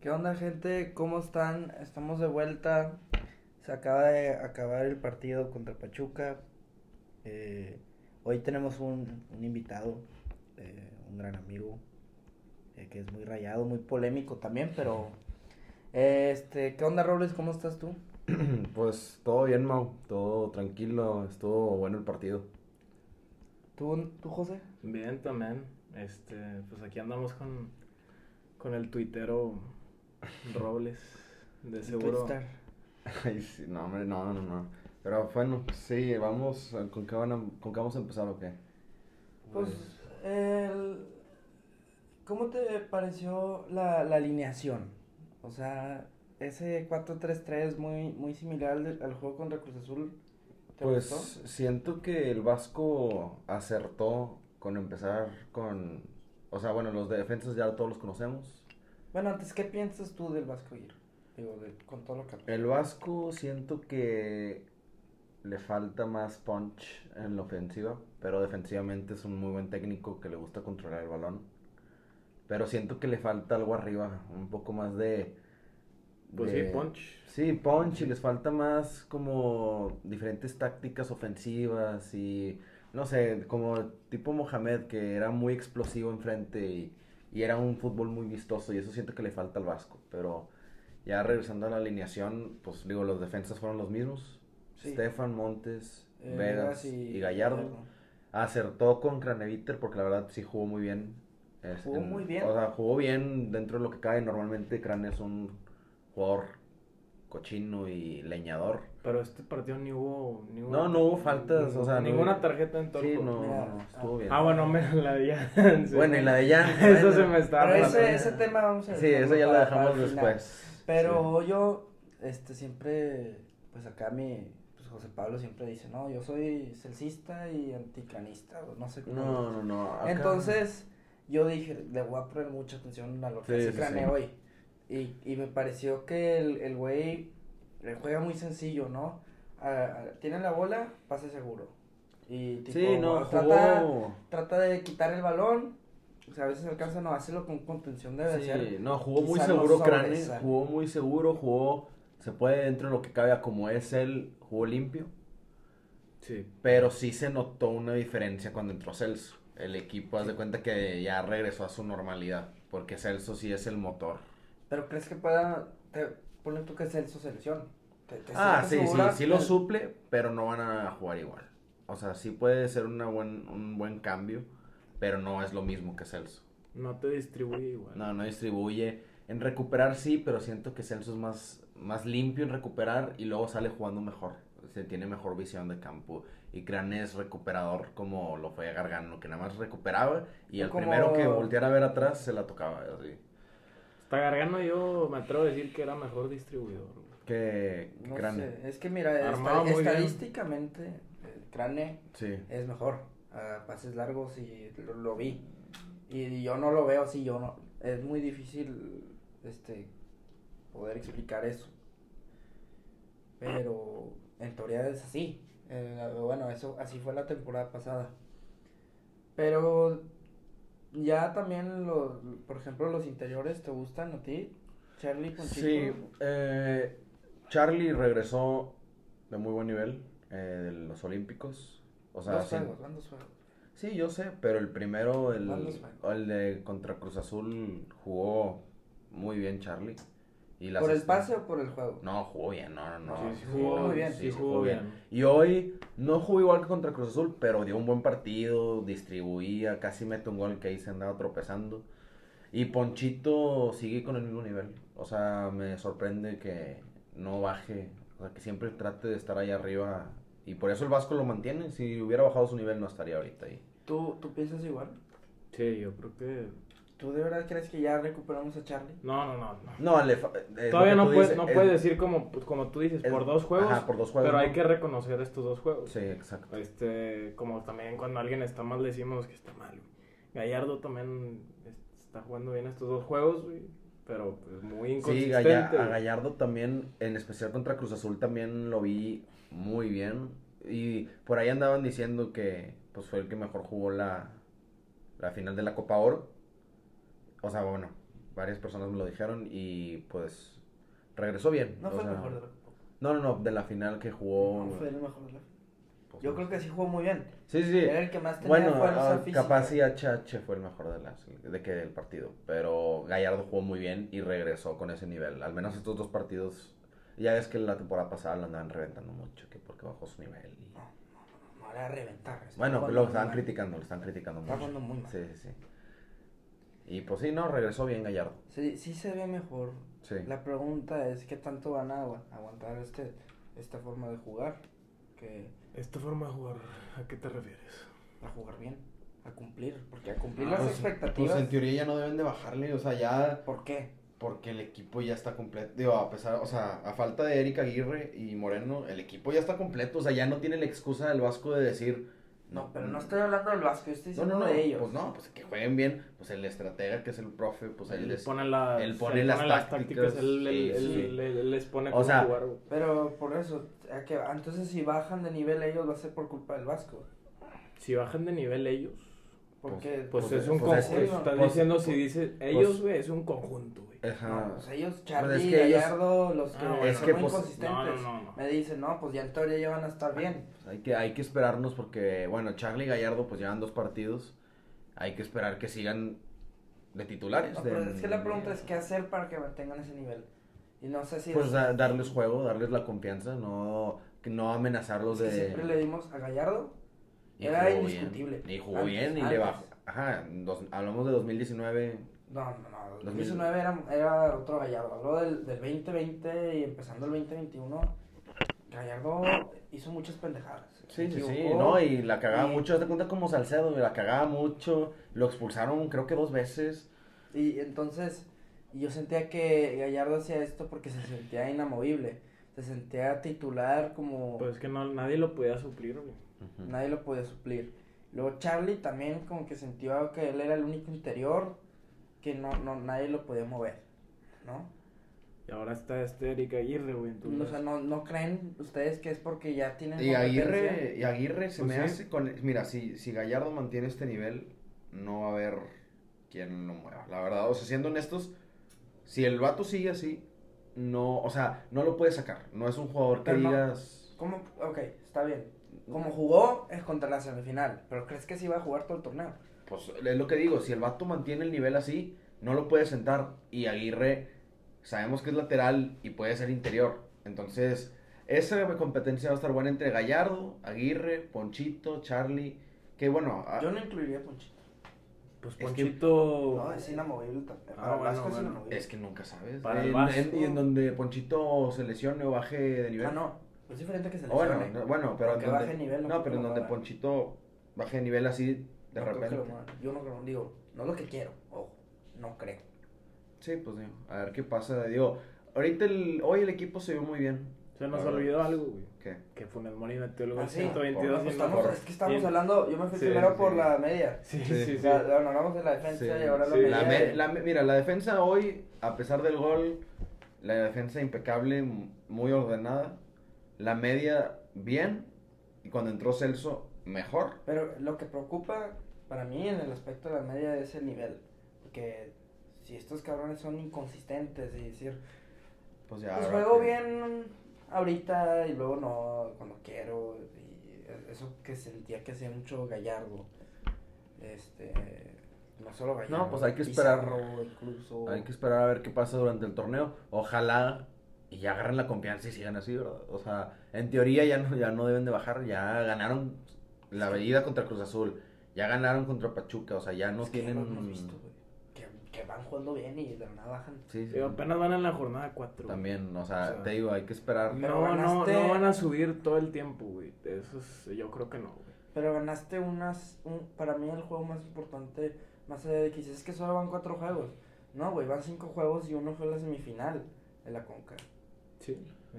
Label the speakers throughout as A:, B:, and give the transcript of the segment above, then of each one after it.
A: ¿Qué onda, gente? ¿Cómo están? Estamos de vuelta. Se acaba de acabar el partido contra Pachuca. Eh, hoy tenemos un, un invitado, eh, un gran amigo, eh, que es muy rayado, muy polémico también, pero... eh, este, ¿Qué onda, Robles? ¿Cómo estás tú?
B: Pues todo bien, Mau. Todo tranquilo. Estuvo bueno el partido.
A: ¿Tú, tú José?
C: Bien, también. Este, pues aquí andamos con, con el tuitero Robles. De seguro.
A: Twitter.
B: Ay, sí, no, hombre, no, no, no. Pero bueno, sí, vamos. eh, ¿Con qué, van a- con qué vamos a empezar o qué?
A: Pues, el- ¿cómo te pareció la, la alineación? O sea, ese 4-3-3 muy, muy similar al, de- al juego contra Cruz Azul. ¿Te
B: Pues
A: gustó?
B: siento que el Vasco acertó con empezar con. O sea, bueno, los defensas ya todos los conocemos.
A: Bueno, antes, ¿qué piensas tú del Vasco Aguirre? Digo, de- con todo lo que...
B: El Vasco siento que le falta más punch en la ofensiva, pero defensivamente es un muy buen técnico que le gusta controlar el balón. Pero siento que le falta algo arriba, un poco más de...
C: Pues
B: de-
C: sí, Punch.
B: Sí, punch, y les falta más como diferentes tácticas ofensivas y no sé, como tipo Mohamed que era muy explosivo enfrente y, y era un fútbol muy vistoso y eso siento que le falta al Vasco, pero ya regresando a la alineación, pues digo, los defensas fueron los mismos.
A: Sí.
B: Stefan Montes,
A: Eh,
B: Vegas y, Gallardo. Acertó con Craneviter porque la verdad sí jugó muy bien. Es-
A: Jugó muy bien.
B: O sea, jugó bien dentro de lo que cabe. Normalmente Crane es un jugador cochino y leñador.
C: Pero este partido ni hubo. Ni hubo
B: No, no hubo faltas, o sea, no
C: ninguna
B: hubo-
C: tarjeta en todo el
B: Sí,
C: juego.
B: no,
A: Mira,
B: no, estuvo bien.
C: Ah, bueno, menos la de ya.
B: Bueno, y la de Jan.
C: Ah, Eso
B: bueno.
C: se me está
A: Pero ese,
C: relatando.
A: ese tema vamos a
B: Sí, eso ya
A: dejarlo
B: lo
A: para- para
B: dejamos
A: el final.
B: después.
A: Pero yo, este, siempre, pues acá mi, pues José Pablo siempre dice, no, yo soy celsista y anticranista, o no sé
B: Sí.
A: cómo.
B: No, no, no. acá-
A: Entonces, yo dije, le voy a poner mucha atención a lo que
B: Sí,
A: hace
B: sí,
A: Crane
B: sí.
A: hoy. Y, y me pareció que el, el güey le juega muy sencillo, ¿no? Ah, ah, tiene la bola, pase seguro. Y tipo,
B: Sí, no,
A: trata,
B: jugó.
A: trata de quitar el balón. O sea, a veces alcanza, no, hacerlo con contención debe de
B: Sí,
A: ser.
B: no, jugó muy
A: Quizá no
B: seguro Crane,
A: sobresale.
B: jugó muy seguro, jugó, se puede dentro de lo que cabe, a como es él, jugó limpio.
C: Sí.
B: Pero sí se notó una diferencia cuando entró Celso. El equipo, haz de cuenta que ya regresó a su normalidad. Porque Celso sí es el motor.
A: Pero crees que pueda, te, ponle tú que sea su selección. ¿Te- te
B: Ah,
A: sientes
B: sí, sí,
A: segura?
B: sí lo suple, pero no van a jugar igual. O sea, sí puede ser una buen, un buen cambio, pero no es lo mismo que Celso.
C: No te distribuye igual.
B: No, no distribuye. En recuperar sí, pero siento que Celso es más, más limpio en recuperar y luego sale jugando mejor. Se tiene mejor visión de campo. Y Crane es recuperador como lo fue Gargano, que nada más recuperaba y
A: O
B: el
A: como-
B: primero que volteara a ver atrás se la tocaba. Así.
C: Hasta Gargano yo me atrevo a decir que era mejor distribuidor. güey.
B: Que
A: No
B: Crane.
A: sé, es que mira,
C: Armado
A: esta-
C: muy bien.
A: estadísticamente, eh, Crane
B: Sí.
A: es mejor. a pases largos y lo, lo vi. Y, yo no lo veo así, yo no. Es muy difícil este poder explicar eso. Pero en teoría es así. Eh, bueno, eso así fue la temporada pasada. Pero ya también los, por ejemplo, los interiores te gustan a ti. Charlie con
B: Sí, eh, Charlie regresó de muy buen nivel eh, de los Olímpicos. O sea,
A: dos
B: sí,
A: juegos, van dos juegos.
B: sí, yo sé, pero el primero, el,
A: Van los juegos.
B: el de contra Cruz Azul, jugó muy bien Charlie. Y la
A: ¿Por el pase
B: asistencia-
A: o por el juego?
B: este No, jugó bien, no, no, no.
C: Sí, sí jugó
A: muy bien.
C: Sí, jugó bien.
B: Y hoy no jugó igual que contra Cruz Azul, pero dio un buen partido, distribuía, casi mete un gol que ahí se andaba tropezando. Y Ponchito sigue con el mismo nivel. O sea, me sorprende que no baje, o sea, que siempre trate de estar ahí arriba. Y por eso el Vasco lo mantiene. Si hubiera bajado su nivel, no estaría ahorita ahí.
A: ¿Tú, ¿Tú piensas igual?
C: Sí, yo creo que.
A: ¿Tú de verdad crees que ya recuperamos a Charlie?
C: No, no, no. no.
B: No, le fa- eh, lo
C: Todavía
B: que
C: no
B: tú
C: puedes,
B: dices,
C: no
B: es-
C: puedes decir como, pues, como tú dices,
B: es-
C: por dos juegos.
B: Ajá, por dos juegos.
C: Pero hay
B: ¿no?
C: que reconocer estos dos juegos.
B: Sí, exacto.
C: Este, como también cuando alguien está mal decimos que está mal. güey. Gallardo también es- está jugando bien estos dos juegos, güey, pero pues, muy
B: Sí,
C: inconsistente.
B: Galla- a
C: güey.
B: Gallardo también, en especial contra Cruz Azul, también lo vi muy bien. Y por ahí andaban diciendo que pues fue el que mejor jugó la, la final de la Copa Oro. O sea, bueno, varias personas me lo dijeron y pues regresó bien.
A: No
B: o
A: fue el
B: sea, oh,
A: mejor de la
B: No, no, no, de la final que jugó.
A: No fue el mejor de la
B: pues,
A: Yo
B: no
A: creo
B: sé.
A: que sí jugó muy bien.
B: Sí, sí, sí.
A: Era el que más tenía
B: Bueno,
A: fuerza
B: ah,
A: física.
B: capaz y HH fue el mejor de, las, de que del partido, pero Gallardo jugó muy bien y regresó con ese nivel. Al menos estos dos partidos, ya ves que la temporada pasada lo andaban reventando mucho, que porque bajó su nivel. y-
A: No era reventar. estaba
B: Bueno,
A: jugando
B: lo
A: muy
B: están
A: mal.
B: criticando, lo están criticando
A: Está
B: mucho.
A: jugando muy mal.
B: Sí, sí, sí. Y pues sí, no, regresó bien Gallardo.
A: Sí, sí se ve mejor.
B: Sí.
A: La pregunta es qué tanto van a agua- aguantar este esta forma de jugar, que
C: Esta forma de jugar, ¿a qué te refieres?
A: a jugar bien, a cumplir, porque a cumplir
D: Ah,
A: las
D: pues-
A: expectativas.
D: Pues en teoría ya no deben de bajarle, o sea, ya
A: ¿Por qué?
D: porque el equipo ya está completo. Digo, a pesar, o sea, a falta de Erika Aguirre y Moreno, el equipo ya está completo, o sea, ya no tiene la excusa del Vasco de decir,
A: No, pero no estoy hablando del Vasco, yo estoy
D: no,
A: diciendo
D: no, no,
A: de ellos.
D: pues no, pues que jueguen bien, pues el estratega que es el profe, pues él
C: él
D: les...
C: pone, las,
D: él pone las tácticas,
C: él, él-
D: sí,
C: él- él- él les pone
B: O
C: cómo
B: sea,
C: jugar. güey.
A: Pero por eso, a que, entonces si bajan de nivel ellos va a ser por culpa del Vasco.
C: Si bajan de nivel ellos,
A: Porque
C: pues,
B: Pues,
C: es un
B: pues,
C: conjunto.
A: es-
C: estás
B: pues,
C: diciendo si
B: pues,
C: dices ellos, güey, es un conjunto, güey.
B: Ajá.
A: no, pues ellos, Charlie,
B: Ah. es que ellos-
A: Gallardo, los que
C: Ah, bueno,
B: es
A: son
B: que,
A: muy
B: pues,
A: inconsistentes,
C: no, no, no, no.
A: me dicen, no, pues ya en teoría ya van a estar bien.
B: Hay que, hay que esperarnos porque, bueno, Charlie y Gallardo pues llevan dos partidos. Hay que esperar que sigan de titulares.
A: No, pero
B: Ah, pues, de-
A: es que la pregunta es qué hacer para que mantengan ese nivel. Y no sé si...
B: Pues da- darles juego, darles la confianza, no, que no amenazarlos
A: Es que
B: de...
A: siempre le dimos a Gallardo.
B: y
A: era
B: jugó
A: indiscutible.
B: Bien. Y jugó
A: Antes,
B: bien y le
A: antes.
B: bajó. Ajá, dos- hablamos de 2019.
A: No, no, no.
B: 2019
A: 2019 era, era otro Gallardo. Habló del, del 2020 y empezando el 2021. Gallardo hizo muchas pendejadas. Se
B: Sí, sí, sí,
A: equivocó.
B: no, y la cagaba
A: Y-
B: mucho, haz de cuenta como Salcedo, la cagaba mucho, lo expulsaron creo que dos veces.
A: Y entonces yo sentía que Gallardo hacía esto porque se sentía inamovible. Se sentía titular como
C: Pues es que no, nadie lo podía suplir, güey.
B: Ujú.
A: nadie lo podía suplir. Luego Charlie también como que sintió que él era el único interior que no, no nadie lo podía mover, ¿no?
C: Y ahora está este Erika Aguirre, güey.
A: O sea,
C: Entonces,
A: ¿no, no creen ustedes que es porque ya tienen
D: Y
A: competencia?
D: Aguirre, y Aguirre se
C: Pues
D: me
C: sí.
D: hace con... Mira, si, si Gallardo mantiene este nivel, no va a haber quien lo mueva. La verdad, o sea, siendo honestos, si el vato sigue así, no, o sea, no lo puedes sacar. No es un jugador que
A: Pero no.
D: digas...
A: ¿Cómo? Ok, está bien. Como jugó es contra la semifinal, pero ¿crees que se iba a jugar todo el torneo?
D: Pues es lo que digo, si el vato mantiene el nivel así, no lo puedes sentar. Y Aguirre, sabemos que es lateral y puede ser interior. Entonces, esa competencia va a estar buena entre Gallardo, Aguirre, Ponchito, Charlie. Que bueno, ah,
C: Ah.
D: a-
A: Yo no incluiría a Ponchito.
C: pues
D: que-
C: Ponchito.
A: No, es inamovible también.
C: Ah,
A: Para
C: bueno,
A: Vasco es
C: bueno.
A: inamovible.
D: Es que nunca sabes.
C: Para el
D: En-
C: Vasco.
D: en- y en donde Ponchito se lesione o baje de nivel.
A: Ah, no. Es diferente que se
D: O Ah, bueno,
A: lesione.
D: no- bueno, pero en
A: Que
D: donde,
A: baje de nivel,
D: no,
A: no
D: pero en
A: creo que lo
D: donde
A: haga.
D: Ponchito baje de nivel así de
A: No creo que
D: repente.
A: lo muevan. Yo no creo, digo, no es lo que quiero, ojo, no creo.
D: Sí, pues digo, a ver qué pasa. Digo, ahorita el, hoy el equipo se vio muy bien.
C: Se nos
D: La verdad.
C: olvidó algo, güey.
D: ¿Qué?
C: Que Funes Mori metió el gol
A: Ah, sí.
C: 122
A: Bueno,
C: y
A: pues
C: no-
A: estamos- es que estamos
C: Bien.
A: hablando, yo me fui
C: Sí,
A: primero
D: sí,
A: por
D: sí.
A: la media.
C: Sí,
D: Sí.
C: sí, sí.
A: O sea, bueno, hablamos de la defensa
B: Sí,
A: y ahora la
C: sí.
A: media.
D: La
C: Eh,
D: me-
A: de-
D: la me- mira, la defensa hoy, a pesar del gol, la defensa impecable, m- muy ordenada. La media, bien. Y cuando entró Celso, mejor.
A: Pero lo que preocupa para mí en el aspecto de la media es el nivel. Porque si estos cabrones son inconsistentes y decir,
D: Pues ya.
A: pues
D: habrá
A: juego
D: que-
A: bien ahorita y luego no, cuando quiero. Y eso que sentía que hacía mucho Gallardo. Este. No solo Gallardo.
B: pues hay que esperar.
A: Pizarro incluso.
B: Hay que esperar a ver qué pasa durante el torneo. Ojalá y ya agarren la confianza y sigan así, ¿verdad? O sea, en teoría ya no, ya no deben de bajar. Ya ganaron la avenida contra Cruz Azul. Ya ganaron contra Pachuca. O sea, ya no
A: Es que ya
B: tienen.
A: lo hemos visto, güey, que, que van jugando bien y de la nada bajan.
B: Sí, sí.
C: Digo, apenas van en la jornada 4.
B: También, o sea,
C: O sea,
B: te digo, hay que esperar.
A: Pero
C: No, no,
A: ganaste-
C: no van a subir todo el tiempo, güey. Eso es, yo creo que no, güey.
A: Pero ganaste unas. Un, para mí, el juego más importante, más allá de que dices, es que solo van cuatro juegos. No, güey, van cinco juegos y uno fue la semifinal de la Conca.
C: Sí.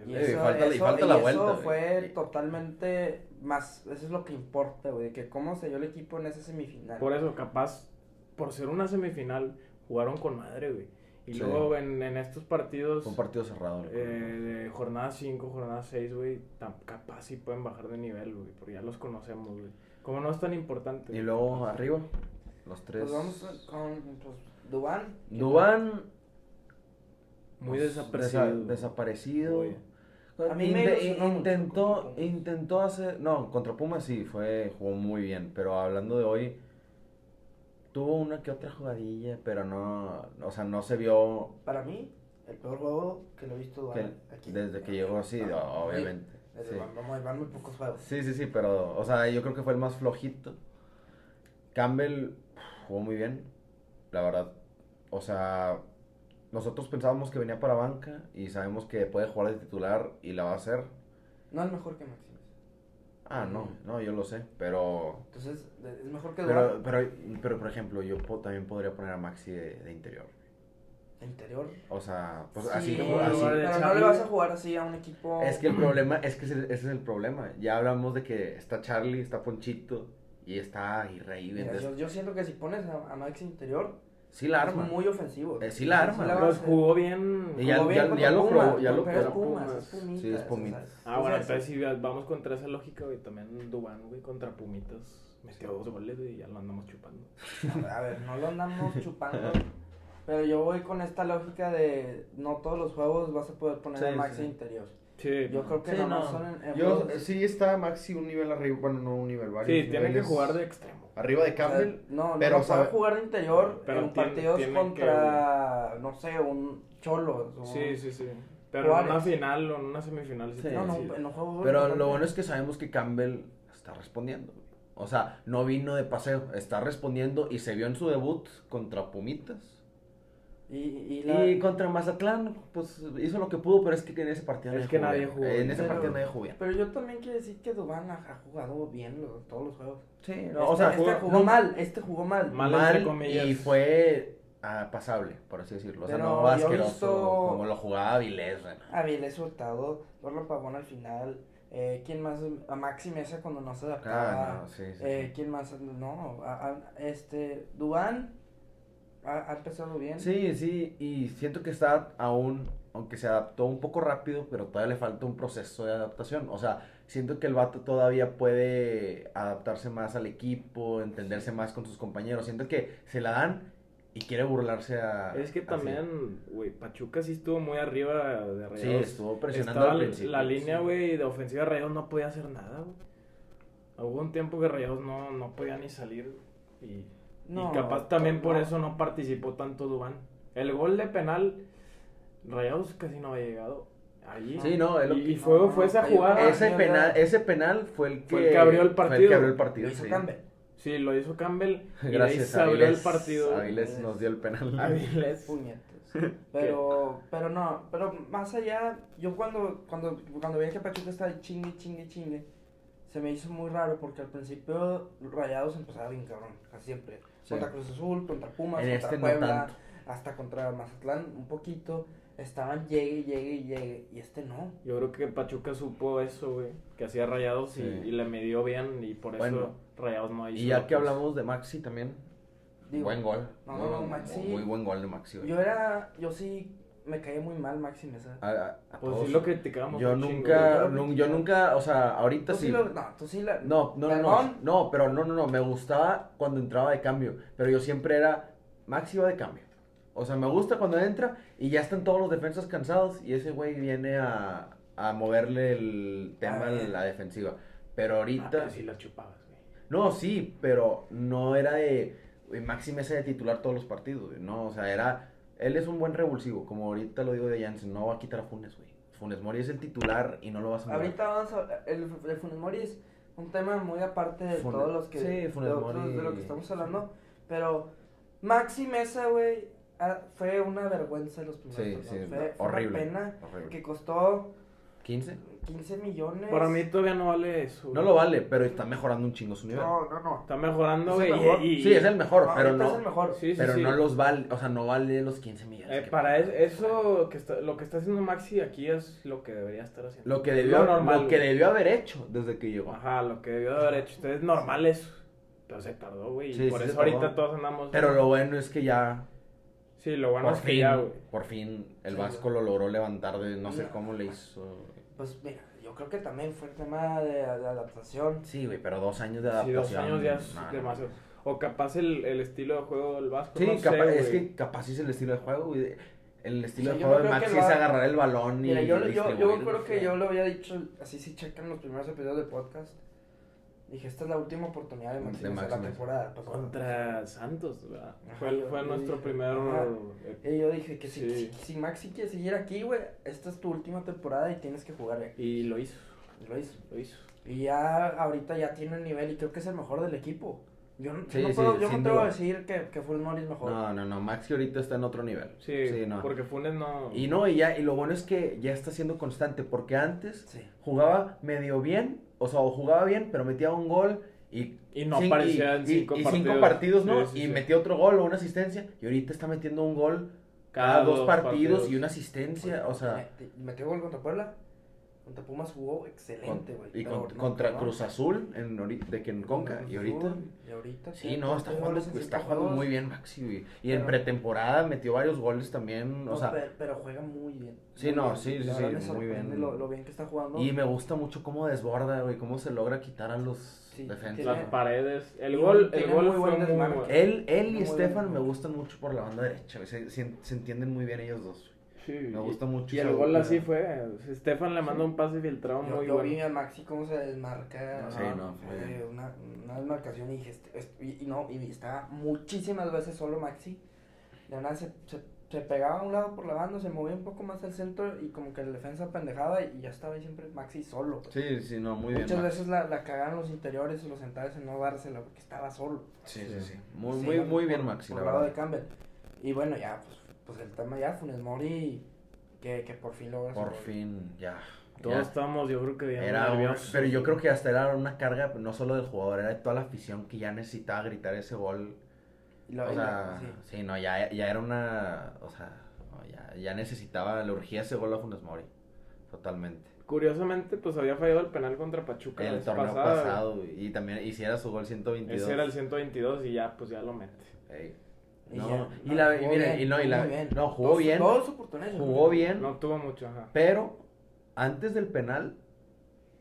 A: Y
B: Eh,
A: eso,
B: falta- y
A: eso-
B: falta la
A: y
B: vuelta,
A: Eso
B: güey.
A: fue
B: Y-
A: totalmente más. Eso es lo que importa, güey, de que cómo se dio el equipo en esa semifinal.
C: Por eso, capaz, por ser una semifinal, jugaron con madre, güey. Y
B: Sí.
C: luego en, en estos partidos,
B: Fue un partido cerrado.
C: eh, de jornada 5, jornada 6, güey, tam- capaz sí pueden bajar de nivel, güey, porque ya los conocemos, güey. Como no es tan importante.
B: Y luego arriba, los tres.
A: Pues vamos con. Pues, Dubán.
B: Dubán.
C: Muy
B: pues,
C: desaparecido.
B: desa- desaparecido.
C: Oye.
A: A mí me
B: Inte-
A: ilusionó mucho contra
B: intentó,
A: Pumas.
B: intentó hacer. No, contra Pumas sí, fue, jugó muy bien. Pero hablando de hoy, tuvo una que otra jugadilla, pero no. O sea, no se vio
A: Para mí, el peor juego que lo he visto
B: que-
A: Dubán aquí.
B: desde que llegó así,
A: Ah,
B: obviamente.
A: sí, desde
B: sí.
A: Dubán, vamos, van muy pocos juegos.
B: Sí, sí, sí, pero, o sea, yo creo que fue el más flojito. Campbell pf, jugó muy bien, la verdad. O sea, nosotros pensábamos que venía para banca y sabemos que puede jugar de titular y la va a hacer.
A: No es mejor que Maximus.
B: Ah, no,
A: Mm.
B: no, yo lo sé, pero...
A: Entonces, de- es mejor que Dubán.
B: Pero, pero, pero, por ejemplo, yo po- también podría poner a Maxi de, de interior.
A: Interior.
B: O sea, pues
A: Sí,
B: así como...
C: como
B: así-
C: lugar de
A: Pero no
C: Charlie.
A: le vas a jugar así a un equipo.
B: Es que el problema, es que ese, ese es el problema. Ya hablamos de que está Charlie, está Ponchito y está Aguirre ahí.
A: Mira,
B: ¿ves?
A: yo, yo siento que si pones a, a Maxi interior,
B: Sí la arma.
A: es muy ofensivo.
B: Eh, sí la arma,
A: va a
C: Pero
A: hacer.
C: jugó bien.
B: Y ya-
A: Jugó bien
B: ya-
A: contra
B: ya lo
A: Pumas,
B: probó, ya lo
A: pero es
C: probó.
A: Pumas, es
C: Sí,
A: Pumitas, o
B: es
A: sea,
B: Pumitas.
A: es-
C: Ah, bueno,
A: es eso.
C: entonces si vamos contra esa lógica, güey, también Dubán, güey, contra Pumitas. Metió dos goles güey, y ya lo andamos chupando.
A: A ver, no lo andamos chupando. Pero yo voy con esta lógica de no todos los juegos vas a poder poner
B: Sí,
A: a Maxi
B: sí.
A: interior.
C: Sí,
A: Yo creo que
B: Sí,
A: nomás
B: no.
A: son en, en
D: Yo,
A: juegos-
D: sí está Maxi un nivel arriba, bueno, no un nivel, varios
C: sí tienen que
D: niveles
C: jugar de extremo.
D: Arriba de
A: o sea,
D: Campbell,
A: no,
D: pero,
A: no vas a
D: sabe-
A: jugar de interior
C: Pero
A: en
C: tiene-
A: partidos
C: tiene
A: contra, no sé, un Cholo. o-
C: Sí, sí, sí. Pero en
A: Juárez.
C: una final o en una semifinal sí,
B: Sí.
A: No,
C: tienen
A: no,
C: que ir.
A: en los juegos.
B: Pero lo bueno es que sabemos que Campbell está respondiendo. güey. O sea, no vino de paseo, está respondiendo y se vio en su debut contra Pumitas.
A: Y, y la-
B: Y contra Mazatlán, pues hizo lo que pudo, pero es que en ese partido
C: Es
B: nadie
C: que
B: jugó
C: nadie
B: bien.
C: jugó
B: En
C: bien.
B: ese
A: Pero-
B: partido nadie jugó bien.
A: Pero yo también quiero decir que Dubán ha ha jugado bien los- todos los juegos.
B: Sí,
A: Este,
B: no, o sea,
A: este
B: jugó
A: jugó, mal, este jugó mal.
C: Mal, entre comillas.
B: y fue ah, pasable, por así decirlo. O sea,
A: Pero
B: no
A: yo he
B: asqueroso
A: visto-
B: como lo jugaba Vilés. güey.
A: Avilés Hurtado, Lorlo Pavón al final. Eh, ¿Quién más? A Maxi Mesa cuando no se adaptaba.
B: Ah, no, sí, sí, sí.
A: eh, ¿Quién más? No, a- a- este. Dubán ha, ha empezado bien.
B: Sí, sí, y siento que está aún, aunque se adaptó un poco rápido, pero todavía le falta un proceso de adaptación. O sea, siento que el vato todavía puede adaptarse más al equipo, entenderse más con sus compañeros. Siento que se la dan y quiere burlarse a...
C: Es que
B: así.
C: también, güey, Pachuca sí estuvo muy arriba de Rayados.
B: Sí, estuvo presionando
C: Estaba
B: al
C: la-
B: principio.
C: la línea,
B: sí.
C: güey, de ofensiva de Rayados no podía hacer nada, güey. Hubo un tiempo que Rayados no, no podía ni salir. Y,
A: No,
C: y capaz también por
A: no.
C: eso no participó tanto Dubán. El gol de penal, Rayados casi no había llegado. Allí.
B: Sí, no, es lo
C: y,
B: que-
C: y fue,
A: no,
C: fue
A: no,
C: esa
A: cayó.
C: jugada.
B: Ese
A: Ah,
B: penal,
A: mierda.
B: ese penal fue el que...
C: Fue el que abrió el
B: Fue el
C: partido.
B: que abrió
A: Lo
B: el partido,
A: hizo
B: sí.
A: Campbell.
C: Sí, lo hizo Campbell. Y de ahí
B: Gracias
C: se
B: a
C: abrió el
B: Avilés.
C: partido.
B: Avilés nos dio el penal.
C: Avilés.
A: Puñetes. Pero, pero no, pero más allá, yo cuando, cuando, cuando veía que Pachuca estaba chingue, chingue, chingue, se me hizo muy raro porque al principio Rayados empezaba bien cabrón, casi siempre.
B: Sí.
A: Contra Cruz Azul, contra Pumas,
B: En
A: contra
B: este no
A: Puebla,
B: tanto.
A: hasta contra Mazatlán, un poquito. Estaban llegue, llegue, llegue, y este no.
C: Yo creo que Pachuca supo eso, güey. Que hacía Rayados y,
B: Sí.
C: y le midió bien y por eso
B: Bueno.
C: Rayados no hizo.
B: Y ya que
C: pues,
B: hablamos de Maxi también,
A: Digo,
B: buen gol.
A: No,
B: muy,
A: no,
B: buen-
A: Maxi-
B: Muy buen gol de Maxi. güey.
A: Yo era, yo sí me caía muy mal Maxi Mesa.
B: A- a- a
C: Pues
B: todos.
C: sí lo criticamos.
B: Yo
C: un chingo,
B: nunca,
A: güey.
B: nun- yo nunca, o sea, ahorita
A: Tú sí
B: sí.
A: lo- no, tú sí la...
B: No, no, no, no,
A: Perdón.
B: no, pero no, no, no, me gustaba cuando entraba de cambio, pero yo siempre era Maxi va de cambio. O sea, me gusta cuando entra y ya están todos los defensas cansados y ese güey viene a, a moverle el tema
A: Ah,
B: a
A: bien.
B: la defensiva. Pero
C: Ah,
B: ahorita,
C: pero sí la chupabas, güey.
B: no, sí, pero no era de güey, Maxi Mesa de titular todos los partidos, güey, no, o sea, era, él es un buen revulsivo, como ahorita lo digo de Jansen, no va a quitar a Funes, güey. Funes Mori es el titular y no lo vas a mover.
A: Ahorita vamos a... El, el Funes Mori es un tema muy aparte de
B: Fune-
A: todos los que...
B: sí, Funes
A: de otros-
B: Mori.
A: De lo que estamos hablando. Pero Maxi Mesa, güey, ah, fue una vergüenza en los primeros
B: Sí,
A: torneos.
B: sí,
A: fue, fue
B: horrible.
A: una pena
B: horrible.
A: que costó
B: 15.
A: 15 millones.
C: Para mí todavía no vale eso.
B: No
C: güey.
B: lo vale, pero está mejorando un chingo su nivel.
A: No, no, no.
C: Está mejorando,
A: Es
C: güey.
A: el mejor.
C: y- y-
B: sí, es el mejor,
A: No,
B: pero
A: ahorita
B: no
A: es el mejor.
C: Sí, sí,
B: pero
C: sí.
B: no los vale, o sea, no vale los 15 millones.
C: Eh,
B: que
C: para
B: pagan.
C: es- eso, que está- lo que está haciendo Maxi aquí es lo que debería estar haciendo.
B: Lo que
C: Es
B: debió, lo
C: normal,
B: que
C: güey.
B: debió haber hecho desde que llegó.
C: Ajá, lo que debió de haber hecho. Entonces, es normal eso. Pero se tardó, güey.
B: Sí,
C: y por
B: sí se
C: eso ahorita
B: tardó.
C: todos andamos.
B: Pero lo bueno es que ya
C: Sí, lo bueno
B: por
C: es que
B: fin,
C: ya, güey.
B: por fin el
A: Sí,
B: Vasco lo logró levantar de no sé
A: No.
B: cómo le hizo.
A: Pues mira, yo creo que también fue el tema de, de adaptación.
B: Sí, güey, pero dos años de
C: Sí,
B: adaptación.
C: dos años ya es
B: no, no.
C: demasiado. O capaz el, el estilo de juego del Vasco.
B: Sí,
C: no sé,
B: capaz, es
C: güey.
B: que capaz sí es el estilo de juego, güey. El estilo
A: O sea,
B: de
A: yo no
B: juego del
A: creo que
B: Maxi
A: lo
B: es
A: haga.
B: agarrar el balón y
A: Mira, yo,
C: este
A: yo, yo
B: distribuirlo.
A: creo que yo lo había dicho, así si checan los primeros episodios de podcast, dije, esta es la última oportunidad de Maxi
B: De
A: Mesa la
B: Maxi Mesa.
A: temporada Pues, pasada".
C: Contra Santos, ¿verdad?
A: Ajá,
C: fue
A: yo-
C: fue
A: yo
C: nuestro
A: dije,
C: primer.
A: ajá.
C: eh,
A: Y yo dije que si,
C: Sí.
A: si, si Maxi quiere seguir aquí, güey, esta es tu última temporada y tienes que jugar aquí.
C: Y lo hizo,
A: Y Lo hizo.
C: lo hizo.
A: Y ya ahorita ya tiene el nivel y creo que es el mejor del equipo. Yo, no- yo
B: Sí,
A: no
B: sí,
A: puedo, yo
B: sin
A: no tengo
B: duda.
A: que decir que, que Full Mori es mejor.
B: No, no, no. Maxi ahorita está en otro nivel.
C: Sí,
B: no.
C: porque Funes no.
B: Y no, y ya, y lo bueno es que ya está siendo constante, porque antes
A: Sí.
B: jugaba medio bien, o sea, o jugaba bien, pero metía un gol y,
C: Y no
B: cin-
C: aparecía en
B: y-
C: cinco
B: y
C: partidos.
B: ¿no?
C: Sí, sí,
B: y
C: sí.
B: metía otro gol o una asistencia, y ahorita está metiendo un gol cada, dos, partidos, y una asistencia, o sea,
A: Tiene- eh, metió gol contra Puebla. Contra Pumas jugó excelente,
B: con-
A: güey.
B: y
A: pero no,
B: con- contra
A: no.
B: Cruz Azul en, ori- de que en Conca, y ahorita...
A: Y ahorita.
B: Sí, no, está jugando, está jugando muy bien Maxi, güey. Y en
A: Pero-
B: pretemporada metió varios goles también, o sea,
A: pero, juega muy bien.
B: Sí, no, sí, sí,
A: La
B: sí,
A: verdad me
B: muy
A: sorprende
B: bien.
A: Lo, lo bien que está jugando.
B: y me gusta mucho cómo desborda, güey, cómo se logra quitar a los
A: Sí,
B: defensas.
C: Las
A: Tiene-
C: paredes. El
A: tiene-
C: gol, el
A: tiene
C: gol
A: muy
C: fue
A: buen
C: muy
A: desmarque.
C: bueno.
B: Él, él
A: Muy
B: y
A: buen
B: Stefan me
A: jugador.
B: gustan mucho por la banda derecha, güey, Se, se- se entienden muy bien ellos dos. güey.
C: Sí,
B: Me
C: y-
B: gusta mucho.
C: Y
B: esa
C: el gol
B: dupla.
C: así fue. Stefan le mandó un pase filtrado
A: Yo,
C: muy
A: yo vi
C: bueno.
A: a Maxi cómo se desmarca.
B: Sí, no,
A: fue
B: muy bien.
A: una, una desmarcación y dije, este- este- y, y no, y estaba muchísimas veces solo Maxi. De nada se, se, se pegaba a un lado por la banda, se movía un poco más al centro y como que la defensa pendejaba y ya estaba ahí siempre Maxi solo. pues.
B: Sí, sí, no, muy bien.
A: Muchas
B: Max.
A: veces la, la cagaron los interiores y los centrales en no dársela porque estaba solo.
B: Sí, sí, sí. Muy,
A: Sí,
B: muy,
A: por-
B: muy bien,
A: por-
B: Maxi, la
A: por lado de
B: verdad.
A: Campbell. Y bueno, ya, pues, pues el tema ya, Funes Mori, que, que por fin logra su
B: Por
A: gol.
B: fin, ya.
C: Todos
B: Ya.
C: estábamos, yo creo que bien
B: Era un-
C: nerviosos.
B: pero yo creo que hasta era una carga no solo del jugador, era de toda la afición que ya necesitaba gritar ese gol.
A: Y lo-
B: o
A: y lo-
B: sea,
A: sí.
B: sí. no, ya, ya era una. O sea, no, ya, ya necesitaba, le urgía ese gol a Funes Mori. Totalmente.
C: Curiosamente, pues había fallado el penal contra Pachuca la
B: El
C: vez
B: torneo
C: pasada.
B: pasado, güey, y también hiciera su gol 122.
C: Ese era el 122 y ya, pues ya lo mete.
B: Ey.
A: Y
B: No,
A: ya,
B: y
A: no,
B: la y
A: jugó
B: mira,
A: bien,
B: y no, y la
A: jugó bien.
B: no, jugó
A: Todos-
B: bien,
A: todas sus oportunidades, yo
B: jugó
A: creo.
B: bien,
C: No tuvo mucho, ajá.
B: pero antes del penal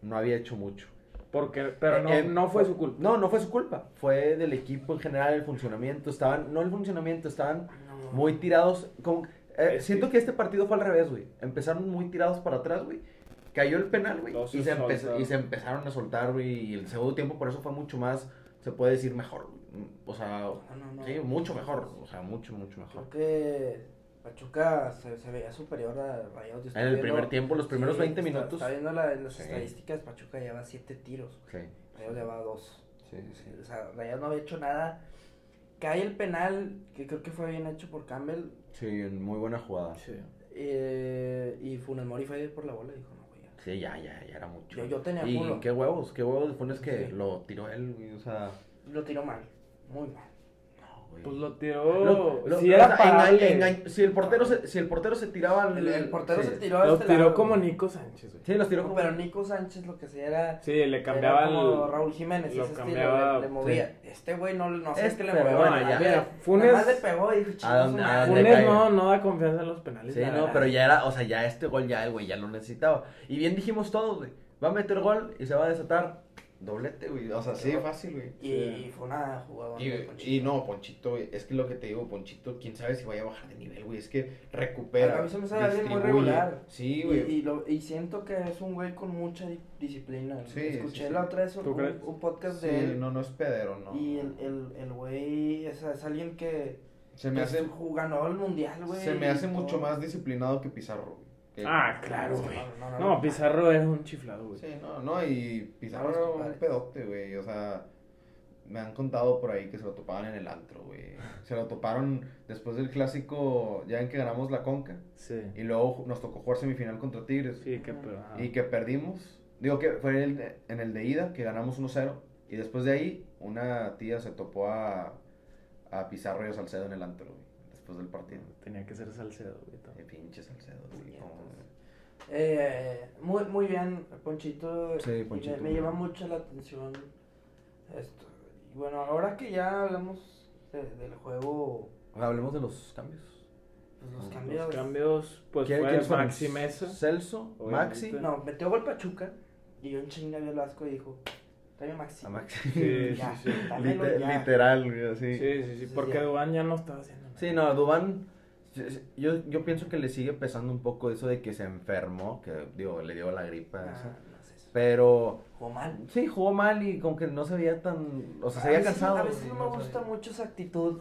B: no había hecho mucho.
C: Porque, pero no,
B: Eh, eh,
C: no fue su culpa.
B: No, no fue su culpa, fue del equipo en general, el funcionamiento, estaban, no el funcionamiento, estaban
A: No.
B: muy tirados, como, eh,
C: Es
B: siento
C: que-
B: que este partido fue al revés, güey, empezaron muy tirados para atrás, güey, cayó el penal, güey,
C: No se
B: y, se empe-
C: soltaron.
B: y se empezaron a soltar, güey, y el segundo tiempo por eso fue mucho más, se puede decir mejor, güey. o sea,
A: No, no, no.
B: sí, mucho mejor, o sea, mucho, mucho mejor.
A: Creo que Pachuca se, se veía superior a Rayados. Yo estoy
B: En el
A: viendo-
B: primer tiempo, los primeros
A: sí,
B: 20
A: está-
B: minutos.
A: Está viendo la- las
B: Sí.
A: estadísticas, Pachuca lleva 7 tiros,
B: Sí,
A: Rayados lleva 2.
B: sí, sí.
A: O sea, Rayados no había hecho nada. Cae el penal, que creo que fue bien hecho por Campbell,
B: Sí, muy buena jugada.
C: Sí.
A: eh, y Funes Mori fue por la bola y dijo, no, güey, ya".
B: Sí, ya, ya, ya era mucho.
A: Yo- yo tenía
B: Y
A: culo.
B: qué huevos, qué huevos de Funes que
A: Sí.
B: lo tiró él, güey, o sea.
A: Lo tiró mal, muy mal.
B: no, güey.
C: Pues lo tiró.
B: Lo- lo-
C: sí,
B: lo- o
C: era
B: sea,
C: parable.
B: enga- enga- si el portero se, si el portero se tiraba al-
A: El, el portero
B: sí.
A: se tiró a
C: Lo
A: este
C: tiró
A: lado,
C: como
A: güey.
C: Nico Sánchez, güey.
B: Sí, los tiró
A: No,
B: como-
A: Pero Nico Sánchez lo que hacía era...
C: Sí, le
A: Cambiaba
C: cambiaba
A: era como
C: el.
A: Raúl Jiménez,
C: lo
A: ese estilo,
C: cambiaba,
A: le, le movía. Este güey no, no sé
B: Este,
A: qué le
B: pero
A: movió.
B: bueno,
A: nada,
B: ya.
A: mira,
C: Funes-
A: nada más le pegó y dijo, "Chinga su
B: dónde- a
A: madre".
B: dónde
C: Funes
B: cae?
C: no, no da confianza en los penales.
B: Sí,
C: la
B: no,
C: verdad.
B: pero ya era, o sea, ya este gol ya el güey ya lo necesitaba. Y bien dijimos todos, güey. Va a meter gol y se va a desatar. Doblete, güey. O sea, sí, fácil, güey.
A: Y,
C: Sí.
A: y fue una jugadora.
D: Y,
A: de Ponchito.
D: y no, Ponchito, güey, es que lo que te digo, Ponchito, quién sabe si vaya a bajar de nivel, güey. Es que recupera.
A: A mí se me hace alguien muy
D: distribuye.
A: regular.
D: Sí,
A: Y,
D: güey.
A: y lo- y siento que es un güey con mucha di- disciplina.
D: Sí,
A: Escuché
D: sí, sí.
A: la otra vez un,
C: ¿Tú crees?
A: un podcast de
D: Sí,
A: él.
D: no, no es pedero, no.
A: Y el, el, el güey o sea, es alguien que,
D: se me
A: que
D: hace,
A: ju- ganó el mundial, güey.
D: se me
A: y
D: hace
A: todo.
D: mucho más disciplinado que Pizarro, güey. Que-
C: Ah, claro,
A: Es que
C: güey.
A: no, no, no,
C: No, pues,
A: no.
C: Pizarro era un chiflado, güey.
D: Sí, no, no, y Pizarro
A: No,
D: era
A: los
D: un
A: compadres.
D: pedote, güey. O sea, me han contado por ahí que se lo topaban en el antro, güey. Se lo toparon después del clásico, ya en que ganamos la Conca.
C: Sí.
D: Y luego ju- nos tocó jugar semifinal contra Tigres.
C: Sí, qué pedo. ajá.
D: Y
B: Ah.
D: que perdimos. Digo que fue en el de, en el de ida que ganamos 1-0. Y después de ahí, una tía se topó a, a Pizarro y a Salcedo en el antro, güey. Después del partido.
C: Tenía que ser Salcedo, güey. también.
D: Qué pinche Salcedo, güey.
A: Puñetas.
D: cómo-
A: Eh, muy, muy bien, Ponchito.
B: Sí,
A: Y me-
B: Ponchito,
A: Me,
B: muy
A: lleva
B: bien.
A: mucho la atención esto. Y bueno, ahora que ya hablamos de- del juego,
B: Hablemos de los cambios.
A: pues los
B: Los
A: cambios.
C: Los cambios, pues
B: ¿Quién-
C: fue
B: quiénes fueron?
C: Maxi Mesa.
B: Celso,
C: obviamente.
B: Maxi.
A: No, metió gol Pachuca. Y yo en chinga vi el Vasco y dijo: Tráeme a Maxi.
B: A Ah, Maxi.
C: Sí,
A: Ya,
C: sí, sí.
A: dámelo
B: Lite-
A: ya.
B: Literal, güey, así.
C: Sí, sí, sí,
A: Sí,
C: porque
A: ya.
C: Dubán ya no estaba haciendo nada.
B: Sí, no, Dubán, yo, yo pienso que le sigue pesando un poco eso de que se enfermó, que digo, le dio la gripa.
A: Ah,
B: esa.
A: no sé eso.
B: Pero
A: Jugó mal.
B: sí, jugó mal y como que no se veía tan... O sea, se
A: a
B: veía
A: veces-
B: cansado.
A: Ah, A veces no
B: güey,
A: me
B: no se
A: gusta
B: veía-
A: mucho esa actitud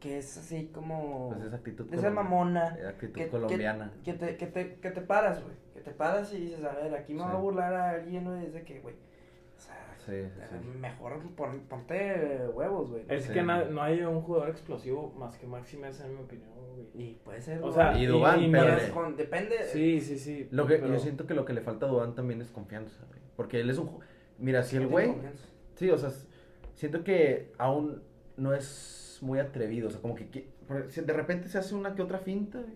A: que es así como...
B: Pues esa actitud
A: de ser
B: colombiana.
A: mamona.
B: Eh, actitud
A: que- que-
B: colombiana.
A: Que, te, que, te, que te paras, güey. Que te paras y dices, a ver, aquí me
B: Sí.
A: va a burlar a alguien, güey. Es de que, güey. O sea,
B: Sí, sí, sí.
A: mejor pon- ponte huevos, güey.
C: Es
B: Sí.
C: que na- no hay un jugador explosivo más que Maxi Mesa, en mi opinión, güey.
A: Y puede ser.
C: O
A: güey.
C: sea,
B: Y Dubán,
A: Pero
B: pero-
A: es con- depende.
C: Sí, sí, sí.
B: Lo que,
C: pero-
B: Yo siento que lo que le falta a Dubán también es confianza, güey. Porque él es un... ju- Mira, si
A: No
B: el
A: tengo
B: güey...
A: confianza.
B: Sí, o sea, s- siento que aún no es muy atrevido, o sea, como que qui- por- si de repente se hace una que otra finta, güey,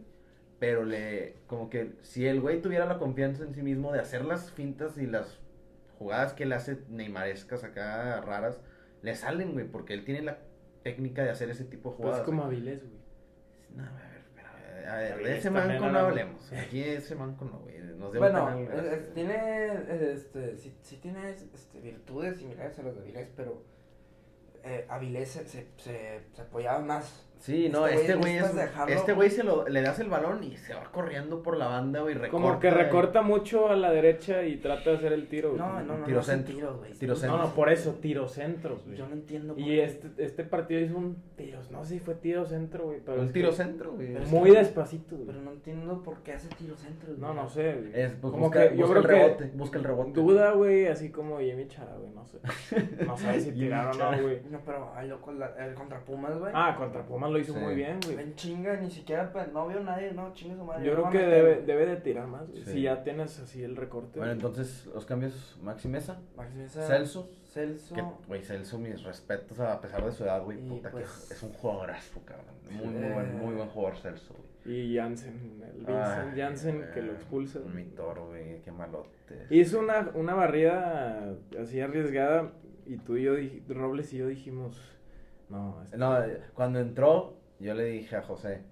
B: pero le, como que si el güey tuviera la confianza en sí mismo de hacer las fintas y las jugadas que le hace neymarescas acá raras, le salen, güey, porque él tiene la técnica de hacer ese tipo de
C: Pues
B: jugadas.
C: es como Avilés, güey.
B: güey. No, a ver, espera, a ver,
C: Ahí
B: de ese
C: está,
B: manco
C: nena,
B: no
C: no.
B: hablemos, aquí ese manco no, güey, nos debe
A: Bueno,
B: penal,
A: eh, eh,
B: gracias.
A: tiene, eh, este, sí, sí tiene este, virtudes similares a las de Avilés, pero eh, Avilés se, se, se, se apoyaba más.
B: Sí, no,
A: Este
B: este
A: güey
B: güey es,
A: necesitas dejarlo-
B: este güey se lo, le das el balón y se va corriendo por la banda, güey, recorta.
C: Como que
B: güey.
C: recorta mucho a la derecha y trata de hacer el tiro, güey.
A: No, no, no,
B: Tiro
A: no hace
B: centro.
A: tiros, güey.
B: Tiro
C: No,
B: centro.
C: no, por eso, tirocentros, güey.
A: Yo no entiendo. por
C: Y
A: qué.
C: este, este partido hizo un tiro, no sé si fue tiro centro, güey. Pero
B: Un
C: es
B: tiro
C: que
B: centro, güey.
A: Pero es
C: Muy despacito, güey.
A: Pero no entiendo por qué hace tiro centro. güey.
C: No, no sé, güey.
B: Es, pues,
C: como
B: busca,
C: que yo
B: busca
C: creo
B: el
C: que
B: rebote, busca el rebote.
C: duda, güey, así como Jimmy Chara, güey, no sé. No sé si
B: Jimmy
C: tiraron o
B: Chara.
C: no, güey.
A: No, pero ay, loco, la- el contra Pumas, güey.
C: Ah, contra Pumas lo hizo
B: Sí.
C: muy bien, güey.
A: En chinga, ni siquiera, pues, no vio nadie, no, chinga su madre.
C: Yo
A: no va
C: creo
A: a
C: que
A: meter,
C: debe,
A: güey.
C: debe de tirar más, güey.
B: Sí.
C: Si ya tienes así el recorte.
B: Bueno,
C: güey.
B: entonces, los cambios, Maxi Mesa,
A: Maximeza-
B: Celso,
A: Celso.
B: que, güey, Celso, mis respetos, a pesar de su edad, güey,
A: Y,
B: puta, que
A: pues,
B: es- es un jugadorazo, cabrón. Muy, muy
A: eh,
B: buen, muy buen jugador Celso, güey.
C: Y Jansen, el Vincent
B: Ay,
C: Jansen
B: güey,
C: que lo expulsa.
B: Mi toro, güey, qué malote.
C: Hizo una, una barrida así arriesgada y tú y yo, dij- Robles y yo dijimos, no, este-
B: No, eh, cuando entró, yo le dije a José,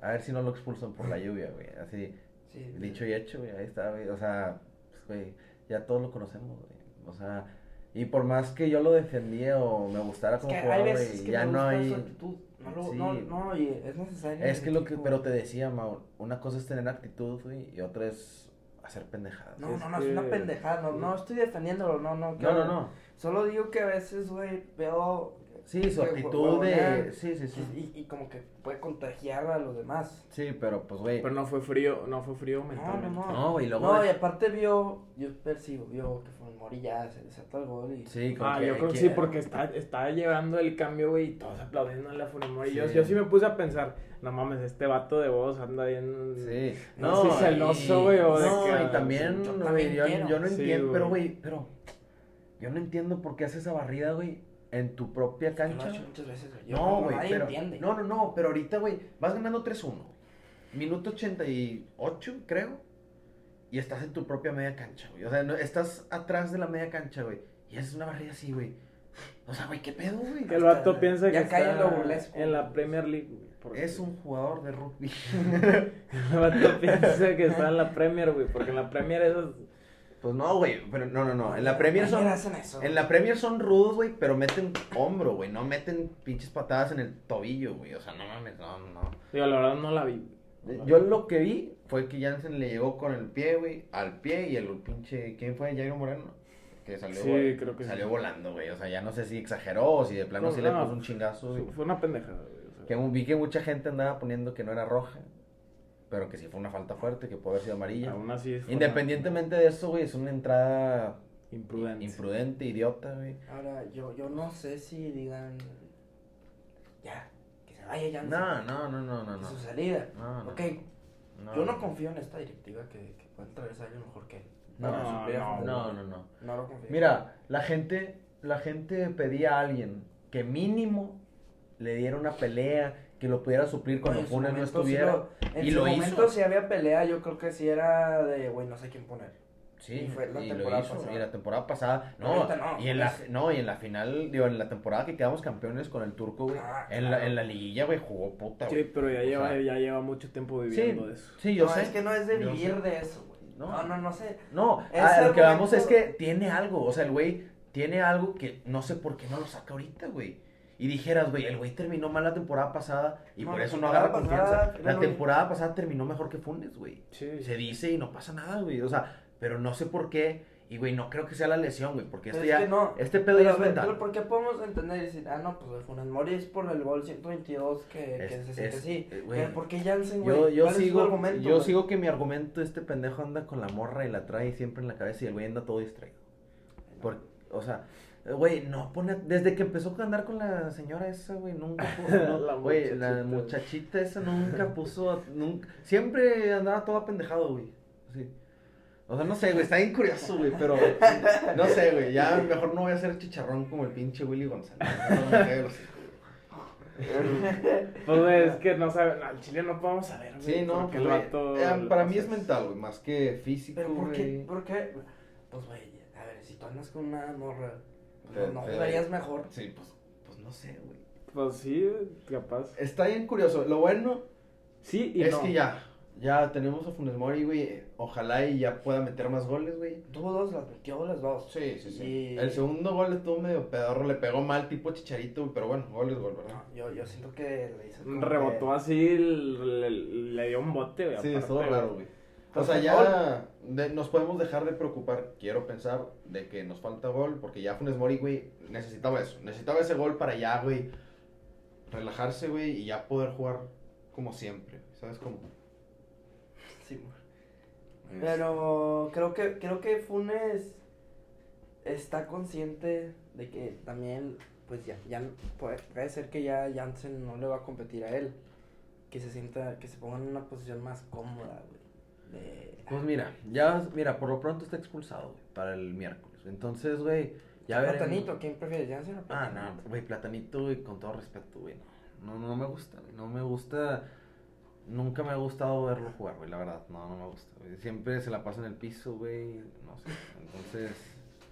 B: a ver si no lo expulsan por la lluvia, güey, así.
A: Sí.
B: Dicho y hecho, güey, ahí está, güey. O sea, pues, güey, ya todos lo conocemos, güey. O sea, y por más que yo lo defendía o me gustara
A: Es
B: como
A: que hay
B: jugaba,
A: veces
B: güey,
A: que
B: ya
A: me
B: no
A: gusta
B: hay.
A: su actitud. No, lo,
B: Sí.
A: no, no, y es necesario.
B: Es que lo que,
A: tipo-
B: pero te decía, Mau, una cosa es tener actitud, güey, y otra es hacer pendejadas.
A: No,
B: güey.
A: no, no, es una
C: Este-
A: pendejada. No, no estoy defendiéndolo, no, no.
B: no,
A: claro.
B: no, no.
A: Solo digo que a veces, güey, veo.
B: Sí, su
A: que
B: actitud de.
A: huevonean
B: Sí, sí, sí.
A: Y, y como que puede contagiar a los demás.
B: Sí, pero pues, güey.
C: pero no fue frío, no fue frío
A: No,
C: mentalmente.
A: Ah, no, no.
B: No, y luego.
A: No, y aparte vio, yo percibo, vio que fue Morilla, se desató el gol y...
B: Sí, como
C: Ah,
B: que-
C: yo creo que
B: que-
C: sí, porque está, está llevando el cambio, güey, y todos aplaudiendo a la Funimori. Yo,
B: Sí.
C: yo sí me puse a pensar, no mames, este vato de voz anda bien...
B: Sí.
C: No, sí, celoso, güey, o de
B: no,
C: que-
B: y también,
A: Yo
B: güey,
A: también
B: yo,
A: quiero.
B: yo no
C: Sí,
B: entiendo, pero,
C: güey.
B: güey, pero yo no entiendo por qué haces esa barrida, güey, en tu propia
A: Yo lo he
B: cancha.
A: hecho muchas veces, güey. Yo
B: No, güey,
A: nadie
B: pero,
A: entiende.
B: no, no, no, pero ahorita, güey, vas ganando 3-1, minuto 88, creo, y estás en tu propia media cancha, güey, o sea, no- estás atrás de la media cancha, güey, y haces una barrida así, güey, o sea, güey, qué pedo, güey,
C: Que el vato
A: Ya
C: piensa que
A: cae
C: está
A: en lo burlesco.
C: en la Premier League, güey. porque-
B: es un jugador de rugby.
C: El vato piensa que está en la Premier, güey, porque en la Premier esos...
B: pues no, güey, pero no, no, no, en la Premier
A: Ayer
B: son...
A: hacen eso.
B: En la Premier son rudos, güey, pero meten hombro, güey. No meten pinches patadas en el tobillo, güey. O sea, no mames, no, no.
C: Digo, la verdad no la vi. güey. No la
B: Eh, Yo
C: vi.
B: lo que vi fue que Jansen le llegó con el pie, güey, al pie y el pinche. ¿Quién fue? Jairo Moreno. Que salió,
C: Sí,
B: vol-
C: creo que sí.
B: salió volando, güey. O sea, ya no sé si exageró o si de plano
C: No,
B: sí le
C: no.
B: puso un chingazo. güey.
C: Fue una pendejada, güey. o sea.
B: Que mu- vi que mucha gente andaba poniendo que no era roja, pero que sí fue una falta fuerte, que puede haber sido amarilla.
C: Aún así es
B: Independientemente de eso, güey, es una entrada
C: Imprudente.
B: imprudente, idiota, güey.
A: Ahora, yo, yo no sé si digan... Ya, que se vaya ya.
B: No, no, no, no, no. no.
A: Su salida.
B: No, no.
A: ok,
B: No,
A: yo no
B: no.
A: confío en esta directiva que, que pueden traerse a alguien mejor que él.
B: No,
A: Para suplir a
C: no,
A: Funes
B: No,
A: Mori.
B: no, no.
A: No lo confío.
B: Mira, la gente, la gente pedía a alguien que mínimo le diera una pelea, que lo pudiera suplir cuando
A: En su
B: Funes no
A: momento
B: estuviera.
A: sí lo- en
B: y
A: su
B: lo hizo.
A: momento si había pelea, yo creo que sí era de, güey, no sé quién poner.
B: Sí,
A: y
B: y,
A: fue la
B: lo
A: temporada
B: hizo.
A: pasada.
B: Y la temporada pasada,
A: No,
B: no,
A: ahorita no,
B: y en la,
A: pues.
B: no, y en la final, digo, en la temporada que quedamos campeones con el turco, güey,
A: Ah,
B: en,
A: claro.
B: la, en la liguilla, güey, jugó puta, güey.
C: Sí, pero ya lleva,
B: sea-
C: ya lleva mucho tiempo viviendo de eso.
B: sí, yo
A: no,
B: sé.
A: es que no es de
B: yo
A: vivir
B: sé.
A: de eso, güey. No.
B: No.
A: no, no, sé.
B: No,
A: Ese
B: a lo que vamos
A: argumento-
B: es que tiene algo. O sea, el güey
D: tiene algo que no sé por qué no lo saca ahorita, güey. Y dijeras, güey, el güey terminó mal la temporada pasada y
A: No,
D: por
A: la
D: eso no
A: temporada
D: agarra
A: pasada
D: confianza.
A: era
D: La
A: lo-
D: temporada pasada terminó mejor que Funes, güey.
C: Sí.
D: Se dice y no pasa nada, güey. O sea, pero no sé por qué. Y, güey, no creo que sea la lesión, güey, porque
A: Pero
D: este
A: es
D: ya.
A: que no.
D: Este pedo
A: Pero,
D: ya
A: a
D: es
A: ver,
D: mental.
A: pero ¿por qué podemos entender y decir, ah, no, pues el Funes Mori es por el gol 122 que, que
D: Es-
A: se siente
D: es-
A: así?
D: eh, güey.
A: Pero ¿por qué Jansen, güey?
B: Yo, yo
A: ¿Cuál es su
B: sigo,
A: argumento,
B: yo
A: güey?
B: sigo que mi argumento, este pendejo anda con la morra y la trae siempre en la cabeza y el güey anda todo distraído. Por- o sea, eh, güey, no pone, desde que empezó a andar con la señora esa, güey, nunca puso, no,
C: La
B: güey, la
C: muchachita.
B: muchachita esa nunca puso, nunca, siempre andaba todo apendejado, güey, así. O sea, no sé, güey, está bien curioso, güey, pero
D: No sé, güey, ya mejor no voy a hacer chicharrón como el pinche Willy González. No, me cae el hocico.
C: Pues, güey, es que no saben, al chile no podemos saber, güey.
D: Sí, no,
C: porque
D: pues,
C: el
D: güey,
C: vato-
D: eh, para mí
C: o
D: es
C: sea,
D: mental, güey, más que físico,
A: Pero ¿por qué?
D: güey.
A: ¿Por qué? Pues, güey, a ver, si tú andas con una morra, pues,
D: Te-
A: ¿no
D: te-
A: jugarías mejor?
D: Sí, pues, pues no sé, güey.
C: Pues sí, capaz.
D: Está bien curioso. Lo bueno
C: Sí y
D: es
C: no.
D: que ya, ya tenemos a Funes Mori, güey. Ojalá y ya pueda meter más goles, güey.
A: Tuvo dos, las metió las dos.
D: Sí, sí, sí.
A: Y-
D: El segundo gol estuvo medio pedorro, le pegó mal, tipo chicharito, güey, pero bueno, gol es gol, ¿verdad?
A: No, yo, yo siento que le hizo como
C: Rebotó
A: que-
C: así, el- le, le dio un bote, güey.
D: Sí,
C: aparte,
D: estuvo
C: güey.
D: raro, güey. O sea, ya de- nos podemos dejar de preocupar, quiero pensar, de que nos falta gol, porque ya Funes Mori, güey, necesitaba eso. Necesitaba ese gol para ya, güey, relajarse, güey, y ya poder jugar como siempre, ¿sabes cómo?
A: Sí, güey.
D: Este.
A: Pero creo que, creo que Funes está consciente de que también, pues ya, ya no- puede, puede ser que ya Jansen no le va a competir a él. Que se sienta, que se ponga en una posición más cómoda, güey. De...
B: Pues mira, ya, mira, por lo pronto está expulsado, güey, para el miércoles. Entonces, güey, ya veremos.
A: Platanito, ¿quién prefiere, Jansen o
B: Ah,
A: Platanito?
B: no, güey, platanito, güey, con todo respeto, güey, no, no, no me gusta, güey, no me gusta, nunca me ha gustado verlo jugar, güey, la verdad, no, no me gusta, güey, siempre se la pasa en el piso, güey, no sé, entonces,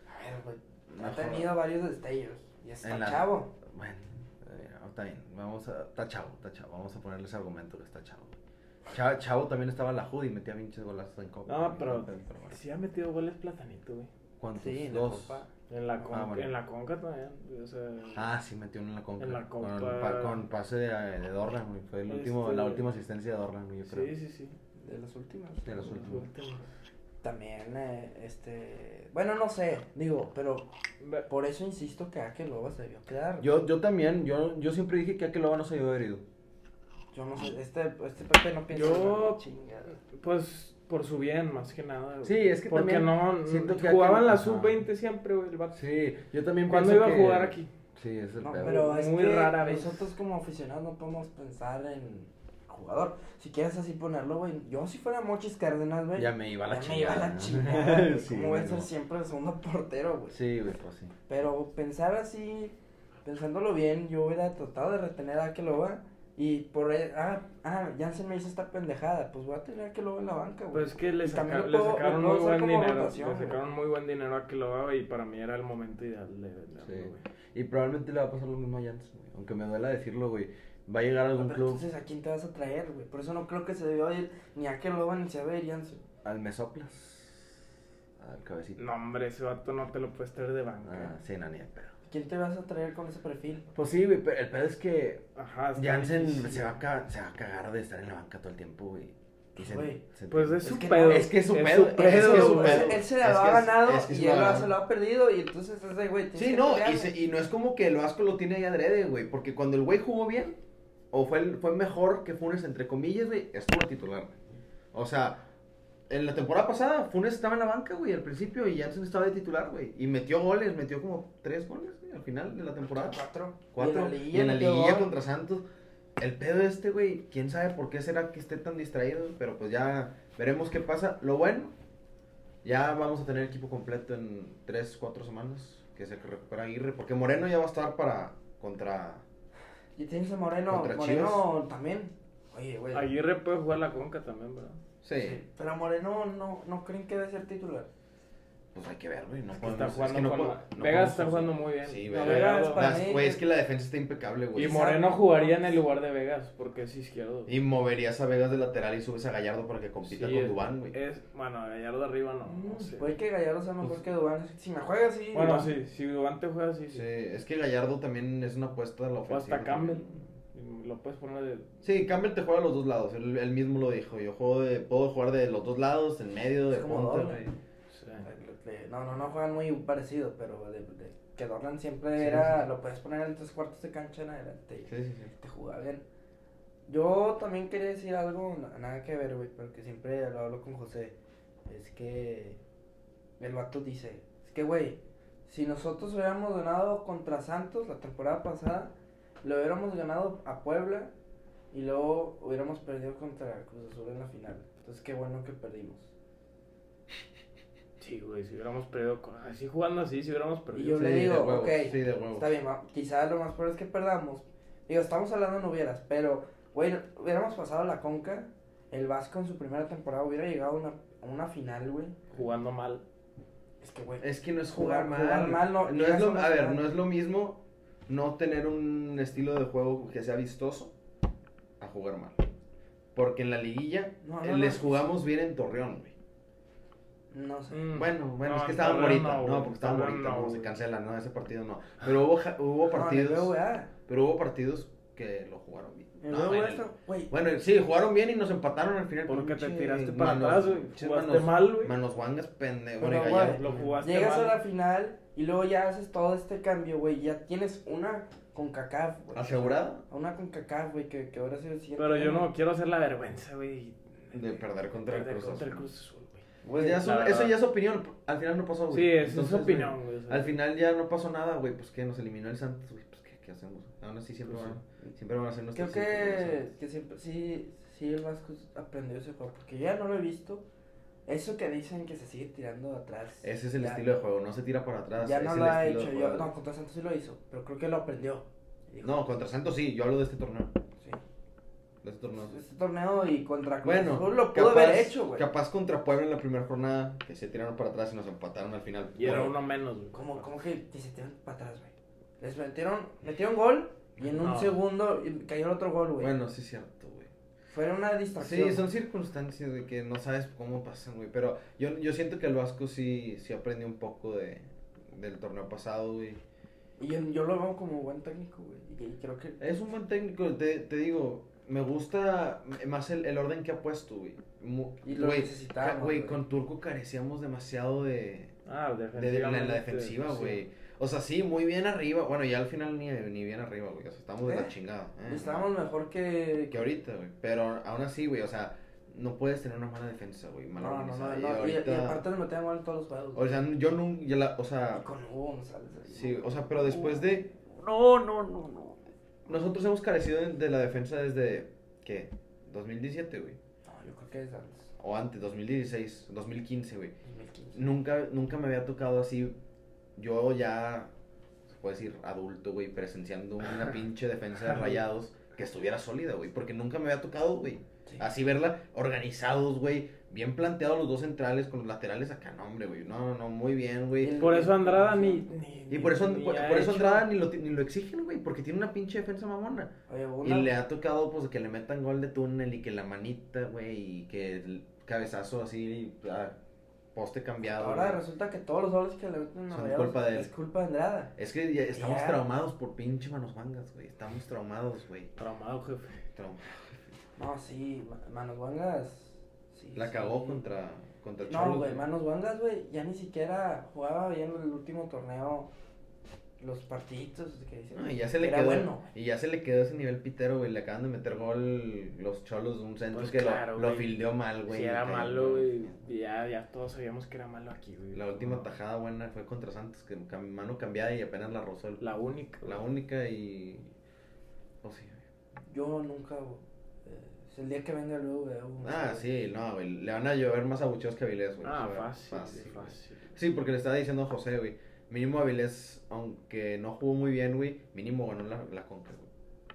A: A ver, güey. Ha
B: mejor-
A: tenido varios destellos. Y está
B: En la-
A: chavo.
B: bueno, eh, está bien, vamos a, está chavo, está chavo, vamos a ponerle ese argumento que está chavo, güey. Chavo, Chavo también estaba en la juda y metía pinches golazos en copa.
C: No,
B: güey,
C: pero
B: bueno.
C: sí ha metido goles platanito, güey.
B: ¿Cuántos?
A: Sí, en la
B: Pues Dos.
A: copa.
C: En la, con-
B: Ah, bueno.
C: en la conca también. güey, O sea,
B: Ah, sí, metió uno en la conca.
C: En la
B: Con,
C: Copa.
B: pa- con pase de, de Dorlan, güey, fue el último,
C: Este-
B: la última asistencia de Dorlan, güey, yo creo.
C: sí, sí, sí.
A: De los últimos.
B: De los
C: Los
B: últimos.
C: últimos.
A: También, eh, este. Bueno, no sé, digo, pero
C: Ve-
A: por eso insisto que Ake Loba se debió quedar.
B: Yo, yo también, yo, yo siempre dije que Akeloba no se había herido.
A: Yo no sé, este, este Pepe no piensa.
C: Yo-
A: en chingada.
C: Pues por su bien, más que nada. güey.
B: Sí, es que
C: Porque
B: también
C: no,
B: siento que
C: jugaban
B: aquel-
C: la
B: Ajá.
C: sub-20 siempre, güey, el vato.
B: Sí, yo también
C: ¿Cuándo
B: pienso
C: iba a
B: que-
C: jugar aquí?
B: Sí, es el
A: No,
B: pedo.
A: pero es
C: Muy
A: que
C: rara vez.
A: nosotros como aficionados no podemos pensar en jugador. Si quieres así ponerlo, güey. Yo si fuera Mochis Cárdenas, güey.
B: Ya me iba a la
A: ya me iba
B: chingada.
A: a la
B: ¿no?
A: chingada. güey.
B: Sí,
A: ¿Cómo voy a
B: no.
A: ser siempre el segundo portero, güey?
B: Sí, güey, pues sí.
A: Pero pensar así, pensándolo bien, yo hubiera tratado de retener a Akeloba. Y por ahí- ah, ah, Jansen me hizo esta pendejada. Pues voy a tener a Akeloba en la banca, güey.
C: Pues es que le,
A: Y también
C: saca-
A: lo
C: le
A: puedo- lo
C: sacaron
A: puedo
C: muy
A: usar
C: buen
A: como
C: dinero.
A: rotación,
C: le
A: güey.
C: sacaron muy buen dinero a que lo haga y para mí era el momento ideal de venderlo,
B: Sí.
C: güey.
B: Y probablemente le va a pasar lo mismo a Janssen, güey. Aunque me duela decirlo, güey. Va a llegar a algún
A: Ah, Pero
B: club
A: Entonces, ¿a quién te vas a traer, güey? Por eso no creo que se debió ir ni a Akeloba ni se debió ir Jansen.
B: al Mesoplas. Al cabecito.
C: No, hombre, ese vato no te lo puedes traer de
B: Ah,
C: banca.
B: sí, no, ni de pedo.
A: ¿Quién te vas a traer con ese perfil?
B: Pues sí, güey, pero el pedo es que
C: Ajá, está
B: Janssen
C: difícil.
B: se va, a ca- se va a cagar de estar en la banca todo el tiempo, güey. Y se-
A: Güey,
B: se-
C: Pues es
A: Es
C: su
A: que no,
C: pedo.
B: es que es su pedo, es que
A: Pero,
B: es su
A: güey,
B: pedo.
A: Él se
D: Es
A: la
D: que
A: ha
D: es-
A: ganado
D: es que es
A: y él
D: la
A: lo ha-
D: ganado.
A: se lo ha perdido. Y entonces ese güey. tienes
D: Sí,
A: que
D: no, y,
A: pelearle.
D: se- y no es como que el Vasco lo tiene ahí adrede, güey, porque cuando el güey jugó bien, o fue, el- fue mejor que Funes, entre comillas, güey, estuvo titular. güey. O sea, en la temporada pasada, Funes estaba en la banca, güey, al principio, y Janssen estaba de titular, güey, y metió goles, metió como tres goles, güey, al final de la temporada.
A: Cuatro.
D: Cuatro,
A: Y
D: y en la
A: metió
D: liguilla
A: gol.
D: contra Santos. El pedo este, güey, quién sabe por qué será que esté tan distraído, pero pues ya veremos qué pasa. Lo bueno, ya vamos a tener equipo completo en 3, 4 semanas, que se recupera Aguirre, porque Moreno ya va a estar para contra...
A: Y tienes a Moreno.
D: Contra
A: Moreno también. Oye, güey.
C: Aguirre puede jugar la conca también, ¿verdad?
D: Sí.
A: Pero Moreno no, no creen que debe ser titular.
B: pues hay que ver, güey. No
C: Que
B: podemos.
C: está jugando
B: es que no
C: con-
B: puedo- no
C: Vegas
B: podemos-
C: está jugando muy bien.
B: Sí,
C: No,
B: Vegas.
C: Vegas
A: para
B: Las-
A: mí-
B: Güey, es que la defensa está impecable, güey.
C: Y Moreno jugaría en el lugar de Vegas porque es izquierdo.
B: Y moverías a Vegas de lateral y subes a Gallardo para que compita
C: Sí,
B: con
C: es-
B: Dubán, güey.
C: Es, bueno, Gallardo arriba no,
B: Mm,
C: no sé.
A: Mm,
B: pues,
C: Pues
A: Puede que Gallardo sea mejor que Dubán. Si me juega así.
C: Bueno,
A: Dubán.
C: sí, si Dubán te juega así,
B: Sí,
C: sí.
B: es que Gallardo también es una apuesta a la
C: O
B: ofensiva.
C: hasta Campbell.
B: también.
C: Lo puedes poner de...
B: Sí, Campbell te juega a los dos lados. Él, él mismo lo dijo. Yo juego de, puedo jugar de los dos lados, en medio, de
A: Es como
B: punta.
A: Dorlan.
C: sí.
A: No, no, no juegan muy parecido, pero de- de- que Dorlan siempre
B: Sí,
A: era.
B: sí.
A: Lo puedes poner en tres cuartos de cancha en adelante.
B: Sí, sí, sí.
A: te jugaba este, bien. Yo también quería decir algo, na- nada que ver, güey, pero que siempre lo hablo con José. Es que el vato dice, es que, güey, si nosotros hubiéramos ganado contra Santos la temporada pasada, lo hubiéramos ganado a Puebla y luego hubiéramos perdido contra Cruz Azul en la final. Entonces, qué bueno que perdimos.
C: Sí, güey, si hubiéramos perdido con... Así jugando así, si hubiéramos perdido.
A: yo
B: Sí,
A: le digo,
B: de huevos,
A: ok,
B: Sí, de huevos.
A: Está bien, ma- quizá lo más probable es que perdamos. Digo, estamos hablando no hubieras, pero, güey, hubiéramos pasado la conca. El Vasco en su primera temporada hubiera llegado a una, a una final, güey.
C: Jugando mal.
A: Es que, güey.
B: Es que no es jugar,
A: Jugar-
B: mal.
A: jugar mal no- ya
B: es lo,
A: somos
B: a ver,
A: mal.
B: no es lo mismo no tener un estilo de juego que sea vistoso a jugar mal. Porque en la liguilla
A: No, no,
B: eh,
A: no.
B: les jugamos bien en Torreón, güey.
A: No sé.
B: Mm.
C: Mm.
B: Bueno, bueno, es que estaba
C: estaban
B: morita, no, porque estaba morita, no, se cancela, no, ese partido no. Pero hubo, ja- hubo partidos,
A: No, en el BBVA.
B: pero hubo partidos que lo jugaron bien.
A: En el E
B: No,
A: BBVA
B: en el-
A: está- güey.
B: bueno, sí, jugaron bien y nos empataron al final.
C: Porque te
B: Pinche
C: tiraste para
B: manos-
C: atrás, güey.
B: pinches
C: Jugaste
B: manos-
C: mal, güey.
B: Manos guangas, pendejo.
A: Pero,
B: güey,
A: güey,
B: Gallardo.
C: Lo jugaste
A: Llegas
C: mal.
A: a la final y luego ya haces todo este cambio, güey. Ya tienes una con CACAF, güey.
B: ¿Asegurado?
A: Una con CACAF, güey, que, que ahora sí el siguiente.
C: Pero yo no quiero hacer la vergüenza, güey.
B: De perder contra el
C: Perder
B: Cruz
C: contra el
B: Azul.
C: Cruz Azul, güey.
B: Pues ya es
C: La
B: un-
C: verdad.
B: eso ya es opinión. Al final no pasó, güey.
C: Sí, es, es
B: Entonces,
C: su
B: güey,
C: opinión, güey. o sea.
B: Al final ya no pasó nada, güey. Pues que nos eliminó el Santos, güey. Pues qué, qué hacemos. Aún así siempre,
C: Pues
B: van, siempre van a ser
A: Creo
B: nuestros.
A: que, que siempre, sí, sí, el Vasco aprendió ese juego, porque yo ya no lo he visto. Eso que dicen que se sigue tirando atrás.
B: Ese es el
A: ya-
B: estilo de juego. No se tira para atrás.
A: Ya
B: es
A: no
B: el
A: lo ha
B: estilo
A: hecho.
B: de
A: Yo,
B: juego.
A: no, contra Santos sí lo hizo, pero creo que lo aprendió. Y dijo,
B: No, contra Santos sí. Yo hablo de este torneo.
A: sí.
B: De este torneo.
A: Este torneo y contra Cruz
B: Bueno,
A: Azul lo pudo haber hecho, güey.
B: capaz contra Puebla en la primera jornada, que se tiraron para atrás y nos empataron al final.
C: Y era
B: Bueno,
C: uno menos, güey.
A: Como, como que, que se tiraron para atrás, güey. Les metieron, metieron gol y en un
C: No.
A: segundo y cayó el otro gol, güey.
B: Bueno, sí es cierto, güey.
A: Fue una distracción.
B: Sí, son circunstancias de que no sabes cómo pasan, güey. Pero yo, yo siento que el Vasco sí, sí aprendió un poco de, del torneo pasado, güey.
A: Y yo, yo lo veo como buen técnico, güey. Y, y creo que.
B: Es un buen técnico, te, te digo. Me gusta más el, el orden que ha puesto, güey. Mu-
A: Y lo
B: güey,
A: necesitábamos,
B: ca- Güey,
A: güey.
B: con Turco carecíamos demasiado de,
C: Ah,
B: de, de- la- la,
C: defensivamente,
B: defensiva,
C: sí.
B: güey. O sea, sí, muy bien arriba. Bueno, ya al final ni, ni bien arriba, güey. O sea, estamos de
A: ¿Eh?
B: la chingada. eh.
A: Estábamos mejor que.
B: que ahorita, güey. Pero aún así, güey, o sea, no puedes tener una mala defensa, güey. Mal
A: No, no, no,
B: organizada. Y
A: no, Y, y
B: ahorita-
A: aparte nos metían gol en todos los juegos.
B: O sea, yo nunca, ya la- o sea,
A: y con Hugo González. ahí,
B: sí,
A: ¿no?
B: o sea, pero después de,
C: No, no, no, no.
A: Uh.
B: nosotros hemos carecido de, de la defensa desde, ¿qué? 2017, güey,
A: No, yo creo que es antes.
B: o antes, 2016, 2015, güey.
A: 2015.
B: Nunca, nunca me había tocado así, yo ya, se puede decir, adulto, güey, presenciando una pinche defensa de rayados que estuviera sólida, güey, porque nunca me había tocado, güey.
A: Sí.
B: Así verla, organizados, güey, bien planteados los dos centrales con los laterales acá, no, hombre, güey, no, no, no, muy bien, güey.
A: El-
C: Por eso Andrada ni.
B: Y por eso, por, por eso Andrada
C: Andrada
B: ni lo, ti- ni lo exigen, güey, porque tiene una pinche defensa mamona.
A: Oye,
B: Y
A: una,
B: le ha tocado, pues, que le metan gol de túnel y que la manita, güey, y que el cabezazo así, ah, poste cambiado.
A: ahora
B: güey.
A: resulta que todos los goles que le meten a
B: Son
A: Rayados
B: culpa de él.
A: es culpa de Andrada.
B: Es que ya estamos
A: Ya.
B: traumados por pinche manos mangas, güey. Estamos traumados, güey.
C: Traumado, jefe.
B: Traum-
A: No, sí, Ma- Manos Vangas. Sí,
B: La
A: sí.
B: cagó contra, contra
A: No,
B: Cholos,
A: güey, Manos Vangas, güey, ya ni siquiera jugaba bien el último torneo. Los partiditos que dicen.
B: No, y ya se le
A: Era
B: quedó.
A: bueno.
B: Y ya se le quedó ese nivel pitero, güey. Le acaban de meter gol los cholos de un centro
C: Pues
B: que lo-
C: claro,
B: lo,
C: güey.
B: fildeó mal, güey.
C: si
B: Le
C: era
B: cayó,
C: malo, güey. Ya, ya todos sabíamos que era malo aquí, güey.
B: La última
C: No.
B: tajada buena fue contra Santos, que cam- mano cambiada y apenas la rozó. el-
C: La única.
B: La única y. Oh, sí.
A: Yo nunca, güey. eh, es el día que venga luego, güey. Hugo
B: Ah,
A: González.
B: sí, no, güey. Le van a llover más abucheos que a Avilés, güey.
C: Ah,
B: O sea,
C: fácil, fácil.
B: güey. Sí, porque le estaba diciendo a José, güey. Mínimo Avilés, aunque no jugó muy bien, güey, mínimo ganó la, la conca, güey.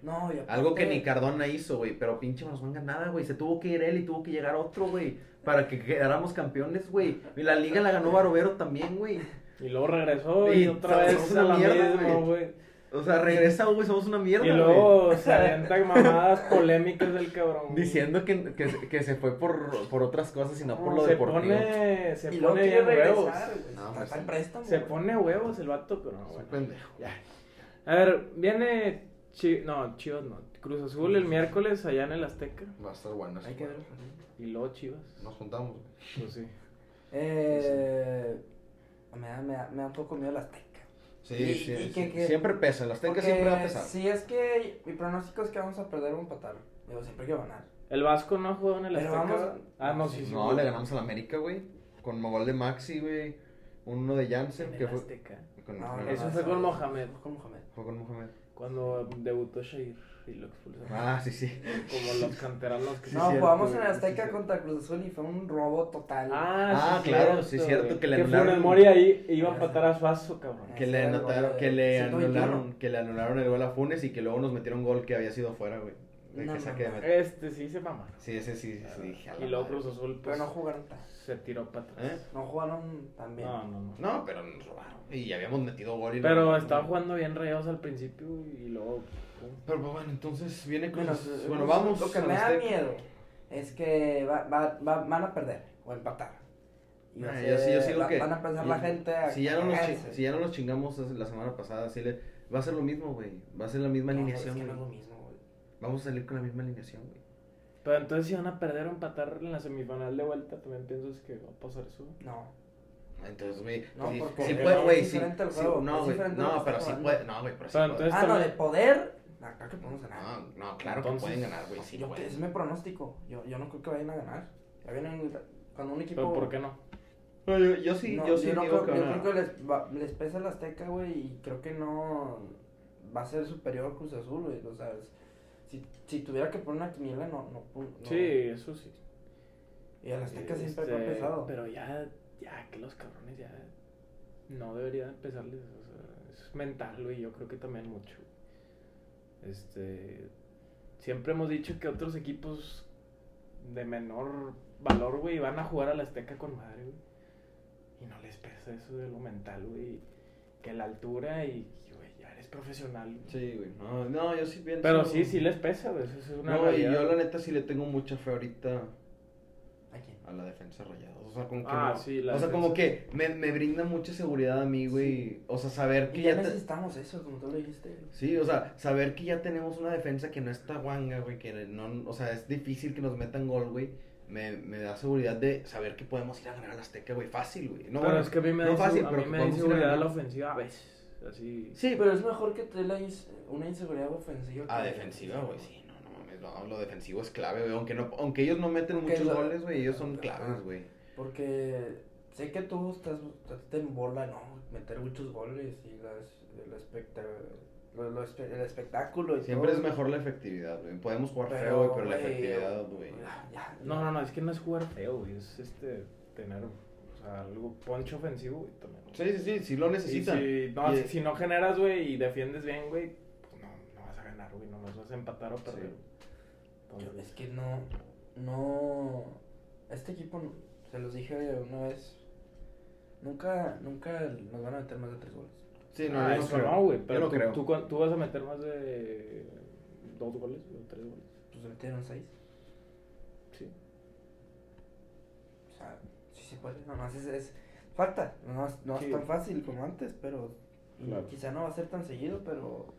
A: No, y aparte-
B: Algo que ni Cardona hizo, güey. Pero pinche Mazatlán ganada, güey. Se tuvo que ir él y tuvo que llegar otro, güey. Para que quedáramos campeones, güey. Y la liga la ganó Barovero también, güey.
C: Y luego regresó y,
B: Y
C: otra
B: se-
C: vez
B: somos
C: a
B: una
C: la
B: mierda,
C: misma,
B: güey.
C: güey.
B: O sea, regresa, güey. Somos una mierda,
C: Y
B: güey.
C: luego se avientan mamadas polémicas del cabrón. güey.
B: Diciendo que, que, que se fue por, por otras cosas y no por lo
C: se
B: deportivo.
C: pone, se
A: Y luego
C: pone
A: quiere
C: bien huevos.
A: regresar, güey.
B: No,
A: Está
B: pues,
A: en préstamo.
C: Se
A: güey.
C: pone huevos el vato, pero no,
B: Es un
C: bueno.
B: pendejo.
C: A ver, viene Chi- no, Chivas no, Cruz Azul el miércoles allá en el Azteca.
E: Va a estar bueno. ese
A: Hay que ver.
E: juego.
C: Y luego Chivas.
E: Nos juntamos. güey.
C: Pues sí.
A: Eh, me, da, me, da, me da un poco miedo las tecas.
E: Sí,
A: Y-
E: sí.
A: y
E: sí.
A: que- que-
B: Siempre pesa, las
A: Porque
B: tengas siempre va a pesar.
A: Si es que mi pronóstico es que vamos a perder o empatar. Digo, siempre que ganar.
C: El Vasco no jugó en el
A: Pero
C: Azteca.
A: vamos-
C: Ah, no, sí, sí.
B: No,
C: jugó.
B: le ganamos al América, güey. Con gol de Maxi, güey. Uno de Janssen,
C: En
B: que
C: el
B: fue.
C: Azteca.
B: Con,
A: No,
B: con-
A: no,
C: Eso
A: no,
C: fue
A: Ah, eso
C: con
A: no.
C: Mohamed.
A: Con Mohamed.
B: fue con Mohamed.
C: Cuando debutó Shair y lo expulsaron.
B: Ah, sí, sí.
C: Como los canteranos que
B: Sí,
A: no,
B: cierto,
A: jugamos en
B: güey, sí,
A: Azteca
B: cierto.
A: contra Cruz Azul y fue un robo total.
B: Ah,
C: sí,
B: claro, sí, es cierto
C: güey.
B: que le
C: que
B: anularon. Ah.
C: Funes Mori ahí iba a patar a Suazo, cabrón.
B: Que le,
A: Ese era el
B: anotaron,
A: gol de
B: que le
A: 121.
B: anularon, que le anularon el gol a Funes y que luego nos metieron gol que había sido fuera, güey. De
A: No,
B: que saque de
A: no, no.
B: meta.
C: Este sí se mamaron.
B: Sí, ese sí, sí, sí, dije, a la
C: Y luego
B: madre.
C: Cruz Azul
A: Pero
C: pues,
A: no jugaron tan.
C: se tiró para atrás.
B: ¿Eh?
A: No jugaron tan bien.
C: No, no, no.
B: No, pero nos robaron. Y ya habíamos metido gol y no-
C: Pero estaban jugando bien rayados al principio y luego. pum.
B: Pero pues, bueno, entonces viene Cruz.
A: Bueno,
B: Azul.
A: eh,
B: bueno,
A: lo-
B: vamos.
A: Lo que
B: a
A: me
B: los
A: da
B: Tec-
A: miedo es que va- va- va- van a perder o empatar. Y va a
B: Ah,
A: ser-
B: yo sí- yo sigo
A: va-
B: que-
A: Van a pensar la
B: y-
A: gente. a-
B: Si ya, no nos, chi-
A: cagarse.
B: si ya no nos chingamos hace- la semana pasada, así le, va a ser lo mismo, güey. Va a ser la misma
A: No,
B: alineación,
A: es que no es
B: güey.
A: lo mismo, güey.
B: Vamos a salir con la misma alineación, güey.
C: Pero entonces si van a perder o empatar en la semifinal de vuelta, también piensas que va a pasar eso.
A: No.
B: Entonces, güey.
A: No,
B: sí,
A: porque
B: sí
A: es
B: puede, güey, sí.
A: diferente al
B: sí,
A: juego, es
B: no, güey.
A: diferente a lo
B: No,
A: que
B: pero
A: está
B: sí
A: jugando.
B: puede. No, güey, pero sí
C: Pero
B: puede.
C: entonces
A: Ah, no, de
C: también-
A: poder. No, creo que podemos ganar.
B: No, no, claro
C: Entonces,
B: que pueden ganar, güey. Sí,
A: yo que es
B: pueden.
A: mi pronóstico. Yo, yo no creo que vayan a ganar. Ya vienen cuando un equipo.
C: Pero ¿por qué no?
B: No, yo, yo sí,
A: No,
B: yo sí
A: no
B: digo
A: creo,
B: que
A: yo
B: van a-
A: creo que les, va- les pesa el Azteca, güey, y creo que no va a ser superior Cruz Azul, güey. O sea, es- si, si tuviera que poner una quiniela, no, no, pon- no.
C: Sí, eso sí.
A: Y el Azteca siempre
C: Este,
A: fue pesado.
C: Pero ya, ya, que los cabrones ya no deberían empezarles. O sea, es mental, güey. Yo creo que también mucho. Este. Siempre hemos dicho que otros equipos de menor valor, güey, van a jugar a la Azteca con madre, güey. Y no les pesa eso de lo mental, güey. Que la altura y, güey, ya eres profesional. güey.
B: Sí, güey. No, no, yo sí pienso.
C: Pero sí, sí les pesa, güey. Eso es una
B: No, y
C: realidad.
B: yo la neta sí le tengo mucha fe ahorita
A: ¿A quién?
B: a la defensa rayada. O sea, como que.
C: Ah,
B: no-
C: sí, la
B: O sea,
C: defensa.
B: como que me, me brinda mucha seguridad a mí, güey. O sea, saber que
A: Y ya
B: ya. te-
A: necesitamos eso, como tú lo dijiste.
B: Sí, o sea, saber que ya tenemos una defensa que no está guanga, güey, que no, o sea, es difícil que nos metan gol, güey, me, me da seguridad de saber que podemos ir a ganar a la Azteca, güey, fácil, güey. No,
C: pero
B: bueno,
C: es que a mí me
B: no
C: da,
B: fácil,
C: inse- a
B: pero
C: mí
B: que
C: me da
B: podemos ir a
C: inseguridad
B: ganar.
C: la ofensiva a veces. Así.
B: Sí, pero
A: Pero es mejor que te la ins- una inseguridad ofensiva.
B: a
A: que-
B: defensiva, güey, sí, no, no mames, no, lo defensivo es clave, güey, aunque, no, aunque ellos no meten
A: Aunque
B: muchos
A: lo-
B: goles, güey, ellos son
A: Ajá.
B: claves, güey.
A: Porque sé que tú estás, a ti te embola, ¿no? Meter muchos goles y las, el, especta- lo- lo espe- el espectáculo. Y
B: Siempre
A: todo.
B: es mejor la efectividad, güey, podemos jugar
A: Pero,
B: feo, güey, pero la
A: güey,
B: efectividad, güey.
A: ya, ya.
C: No, no, no, es que no es jugar feo, güey. Es este, tener o sea, algo poncho ofensivo, güey, también.
B: Sí, sí, sí, sí lo
C: Y
B: necesitan.
C: si, no,
B: Y-
C: si- si no generas, güey, y defiendes bien, güey, pues no, no vas a ganar, güey. No vas a empatar o perder.
B: Sí.
C: güey.
A: Yo- Es
C: Entonces,
A: que no, no, este equipo, se los dije una vez, nunca, nunca nos van a meter más de tres goles.
B: Sí, no,
C: ah,
B: yo no
C: eso
B: creo.
C: no, güey.
B: Yo
C: Pero
B: no
C: tú,
B: creo.
C: tú cuan- tú vas a meter más de dos goles o tres goles.
A: Pues se metieron seis.
C: Sí.
A: O sea, sí se puede, nomás es, es falta, no, es- no
C: Sí.
A: es tan fácil como antes, pero y
C: Claro.
A: quizá no va a ser tan seguido, pero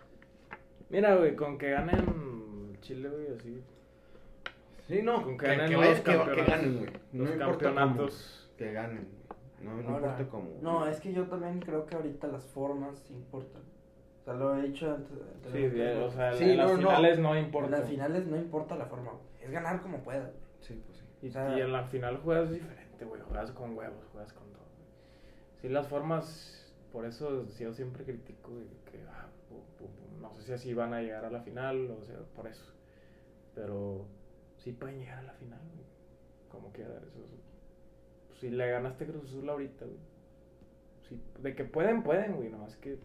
C: Mira, güey, con que ganen Chile, güey, así.
B: Sí, no,
C: Con que
B: que,
C: ganen
B: que
C: los
B: vayan- que- que
C: campeonatos.
B: ganen, güey. No
C: Los
B: importa cómo.
C: campeonatos.
B: Que ganen, güey. No, no
A: Ahora,
B: importa cómo.
A: no, es que yo también creo que ahorita las formas importan. O sea, lo he dicho antes.
C: Sí, bien, o sea,
B: Sí,
C: en
B: no,
C: las
B: no.
C: finales no,
A: en
C: importa.
A: las finales no importa la forma, güey, es ganar como puedas.
B: Sí, pues sí.
C: Y,
A: O sea-
C: y en la final juegas diferente, güey. Juegas con huevos, juegas con todo. güey. Sí, las formas, por eso sí, yo siempre critico güey, que ah, pu- pu- pu- no sé si así van a llegar a la final, o sea, por eso. Pero sí pueden llegar a la final, güey. Como quiera, eso es- Si le ganaste Cruz Azul ahorita, güey. Sí, de que pueden, pueden, güey. Nomás que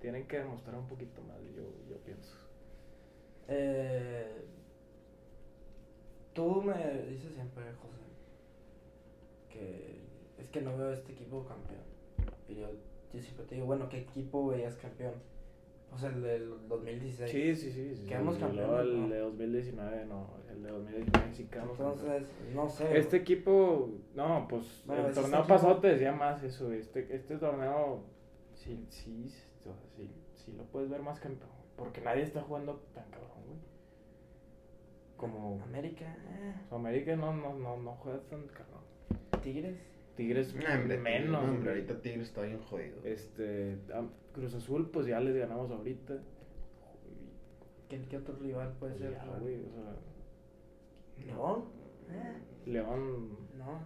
C: tienen que demostrar un poquito más, yo, yo pienso.
A: Eh, tú me dices siempre, José, que es que no veo este equipo campeón. Y yo, yo siempre te digo, bueno, ¿qué equipo veías campeón? Pues el del 2016.
C: Sí, sí, sí. sí
A: Quedamos
C: sí, y luego
A: campeones,
C: El
A: ¿no?
C: de 2019, no. El de 2019 sí quedamos campeones.
A: Entonces, no sé.
C: Este equipo, no, pues
A: Bueno,
C: el
A: es este
C: torneo
A: equipo-
C: pasado te decía más eso. Este, este torneo, sí, sí, o sea, sí, sí lo puedes ver más campeón. güey, Porque nadie está jugando tan cabrón, güey. Como
A: América, eh,
C: América no, no, no, no juega tan cabrón.
A: Tigres.
C: Tigres
D: No, hombre,
C: menos.
D: no, hombre,
C: güey.
D: ahorita Tigres está bien jodido.
C: Este, a- Cruz Azul, pues ya les ganamos ahorita.
A: ¿Qué, qué otro rival puede
C: Pues
A: ser?
C: ya, güey, o sea,
A: No. eh,
C: León
A: no.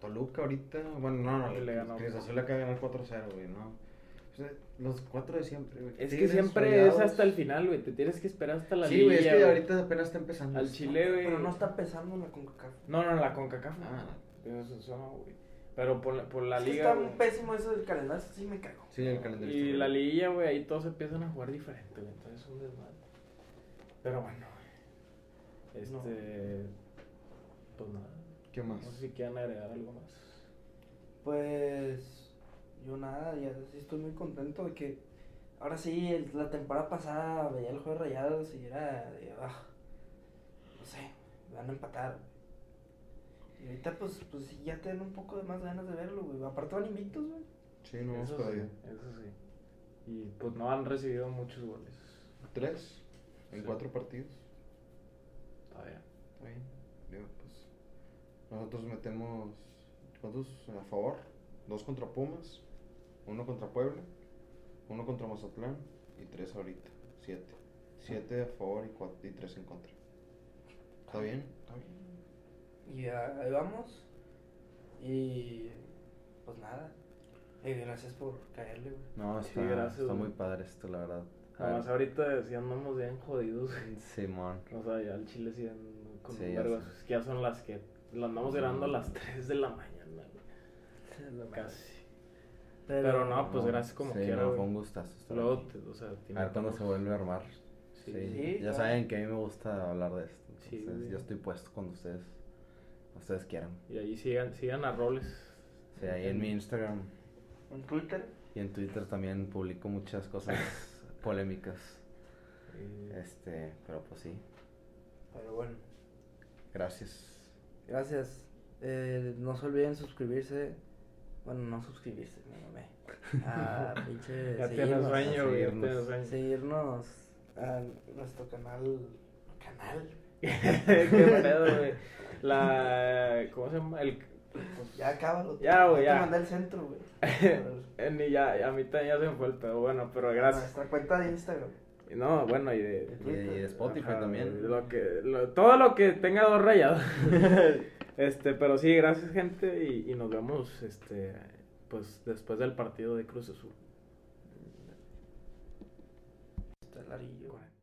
D: Toluca ahorita, bueno, no, no,
C: Y le ganó.
D: Cruz Azul le acaba de ganar 4-0, güey, no. O sea, los cuatro de siempre, güey.
C: Es que
D: Tigres,
C: siempre
D: Rayados.
C: es hasta el final, güey. Te tienes que esperar hasta la
D: Sí, güey, es
C: liguilla,
D: que
C: güey.
D: ahorita apenas está empezando.
C: Al Chile, güey.
A: Pero no está pesando la CONCACAF.
C: No, no, la CONCACAF. no.
D: Ah,
C: Eso, eso no, güey. Pero por la, por la
A: Es que
C: liga.
A: está
C: güey.
A: pésimo eso del calendario, eso sí me cago.
D: sí, el calendario.
C: Y
D: está
C: la
D: bien.
C: liguilla, güey, ahí todos empiezan a jugar diferente, güey. Entonces es un desmadre. Pero bueno, güey. Este.
A: No.
C: Pues nada.
D: ¿Qué
C: No
D: más?
C: sé si quieran agregar algo más.
A: Pues yo nada, ya sí estoy muy contento de que ahora sí, el- la temporada pasada veía el juego de rayados y era de, ah, no sé, van a empatar. Y ahorita pues, pues sí, ya te dan un poco de más ganas de verlo, güey. Aparte van invictos, güey.
D: Sí, no hemos
C: eso
D: perdido.
C: sí, eso sí. Y pues no han recibido muchos goles.
D: Tres en
C: Sí.
D: cuatro partidos.
C: Todavía.
D: Está bien. Digo, pues, nosotros metemos. ¿Cuántos a favor? Dos contra Pumas, uno contra Puebla, uno contra Mazatlán y tres ahorita. Siete. Siete a favor y, cuatro, y tres en contra. ¿Está bien? Está bien.
A: Y ah, ahí vamos. Y pues nada. Eh, gracias por caerle, güey.
B: No,
C: Sí,
B: está,
C: gracias,
B: está
C: güey.
B: muy padre esto, la verdad. A
C: Además,
B: ver,
C: ahorita sí andamos bien jodidos, güey.
B: Simón.
C: O sea, ya el chile sí ando con
B: Sí,
C: un
B: ya
C: vergo.
B: sé. Mm.
C: Es que ya son las que. Lo andamos grabando a las 3 de la mañana, güey. Casi. Pero, no, pues
B: No,
C: gracias como
B: sí,
C: quiera.
B: no,
C: güey.
B: fue un gustazo. estar
C: Luego,
B: aquí.
C: te- o sea,
B: A ver cuándo se vuelve a armar.
C: Sí,
B: Sí,
A: Sí,
B: ya
A: claro.
B: saben que a mí me gusta hablar de esto.
C: Sí,
B: Entonces,
C: güey.
B: yo estoy puesto cuando ustedes, ustedes quieran.
C: Y ahí sigan, sigan a Robles.
B: Sí, ahí en mi Instagram
A: En Twitter.
B: y en Twitter también publico muchas cosas polémicas.
C: Y-
B: Este, pero pues sí,
A: Pero bueno.
B: gracias.
A: Gracias. Eh, no se olviden suscribirse. Bueno, no suscribirse, me mamé. A pinche
C: ya tienes
A: seguirnos.
C: sueño, güey. Ya
B: seguirnos.
C: tienes sueño.
A: Seguirnos a nuestro canal. Canal.
C: Qué pedo, güey. La. ¿Cómo se llama? El.
A: Pues Ya acábalo.
C: Ya, güey,
A: Te
C: ya.
A: mandé al centro, güey. A
C: eh, ni ya, a mí también ya se me fue el pedo. Bueno, pero gracias.
A: Nuestra cuenta de Instagram.
C: No, bueno, y de.
B: Y, y de Spotify
C: Ajá,
B: también.
C: Lo que, lo- todo lo que tenga dos rayados. este, pero sí, gracias gente y, y nos vemos este, pues, después del partido de Cruz Azul.
A: Está larguillo.
C: Cuarenta.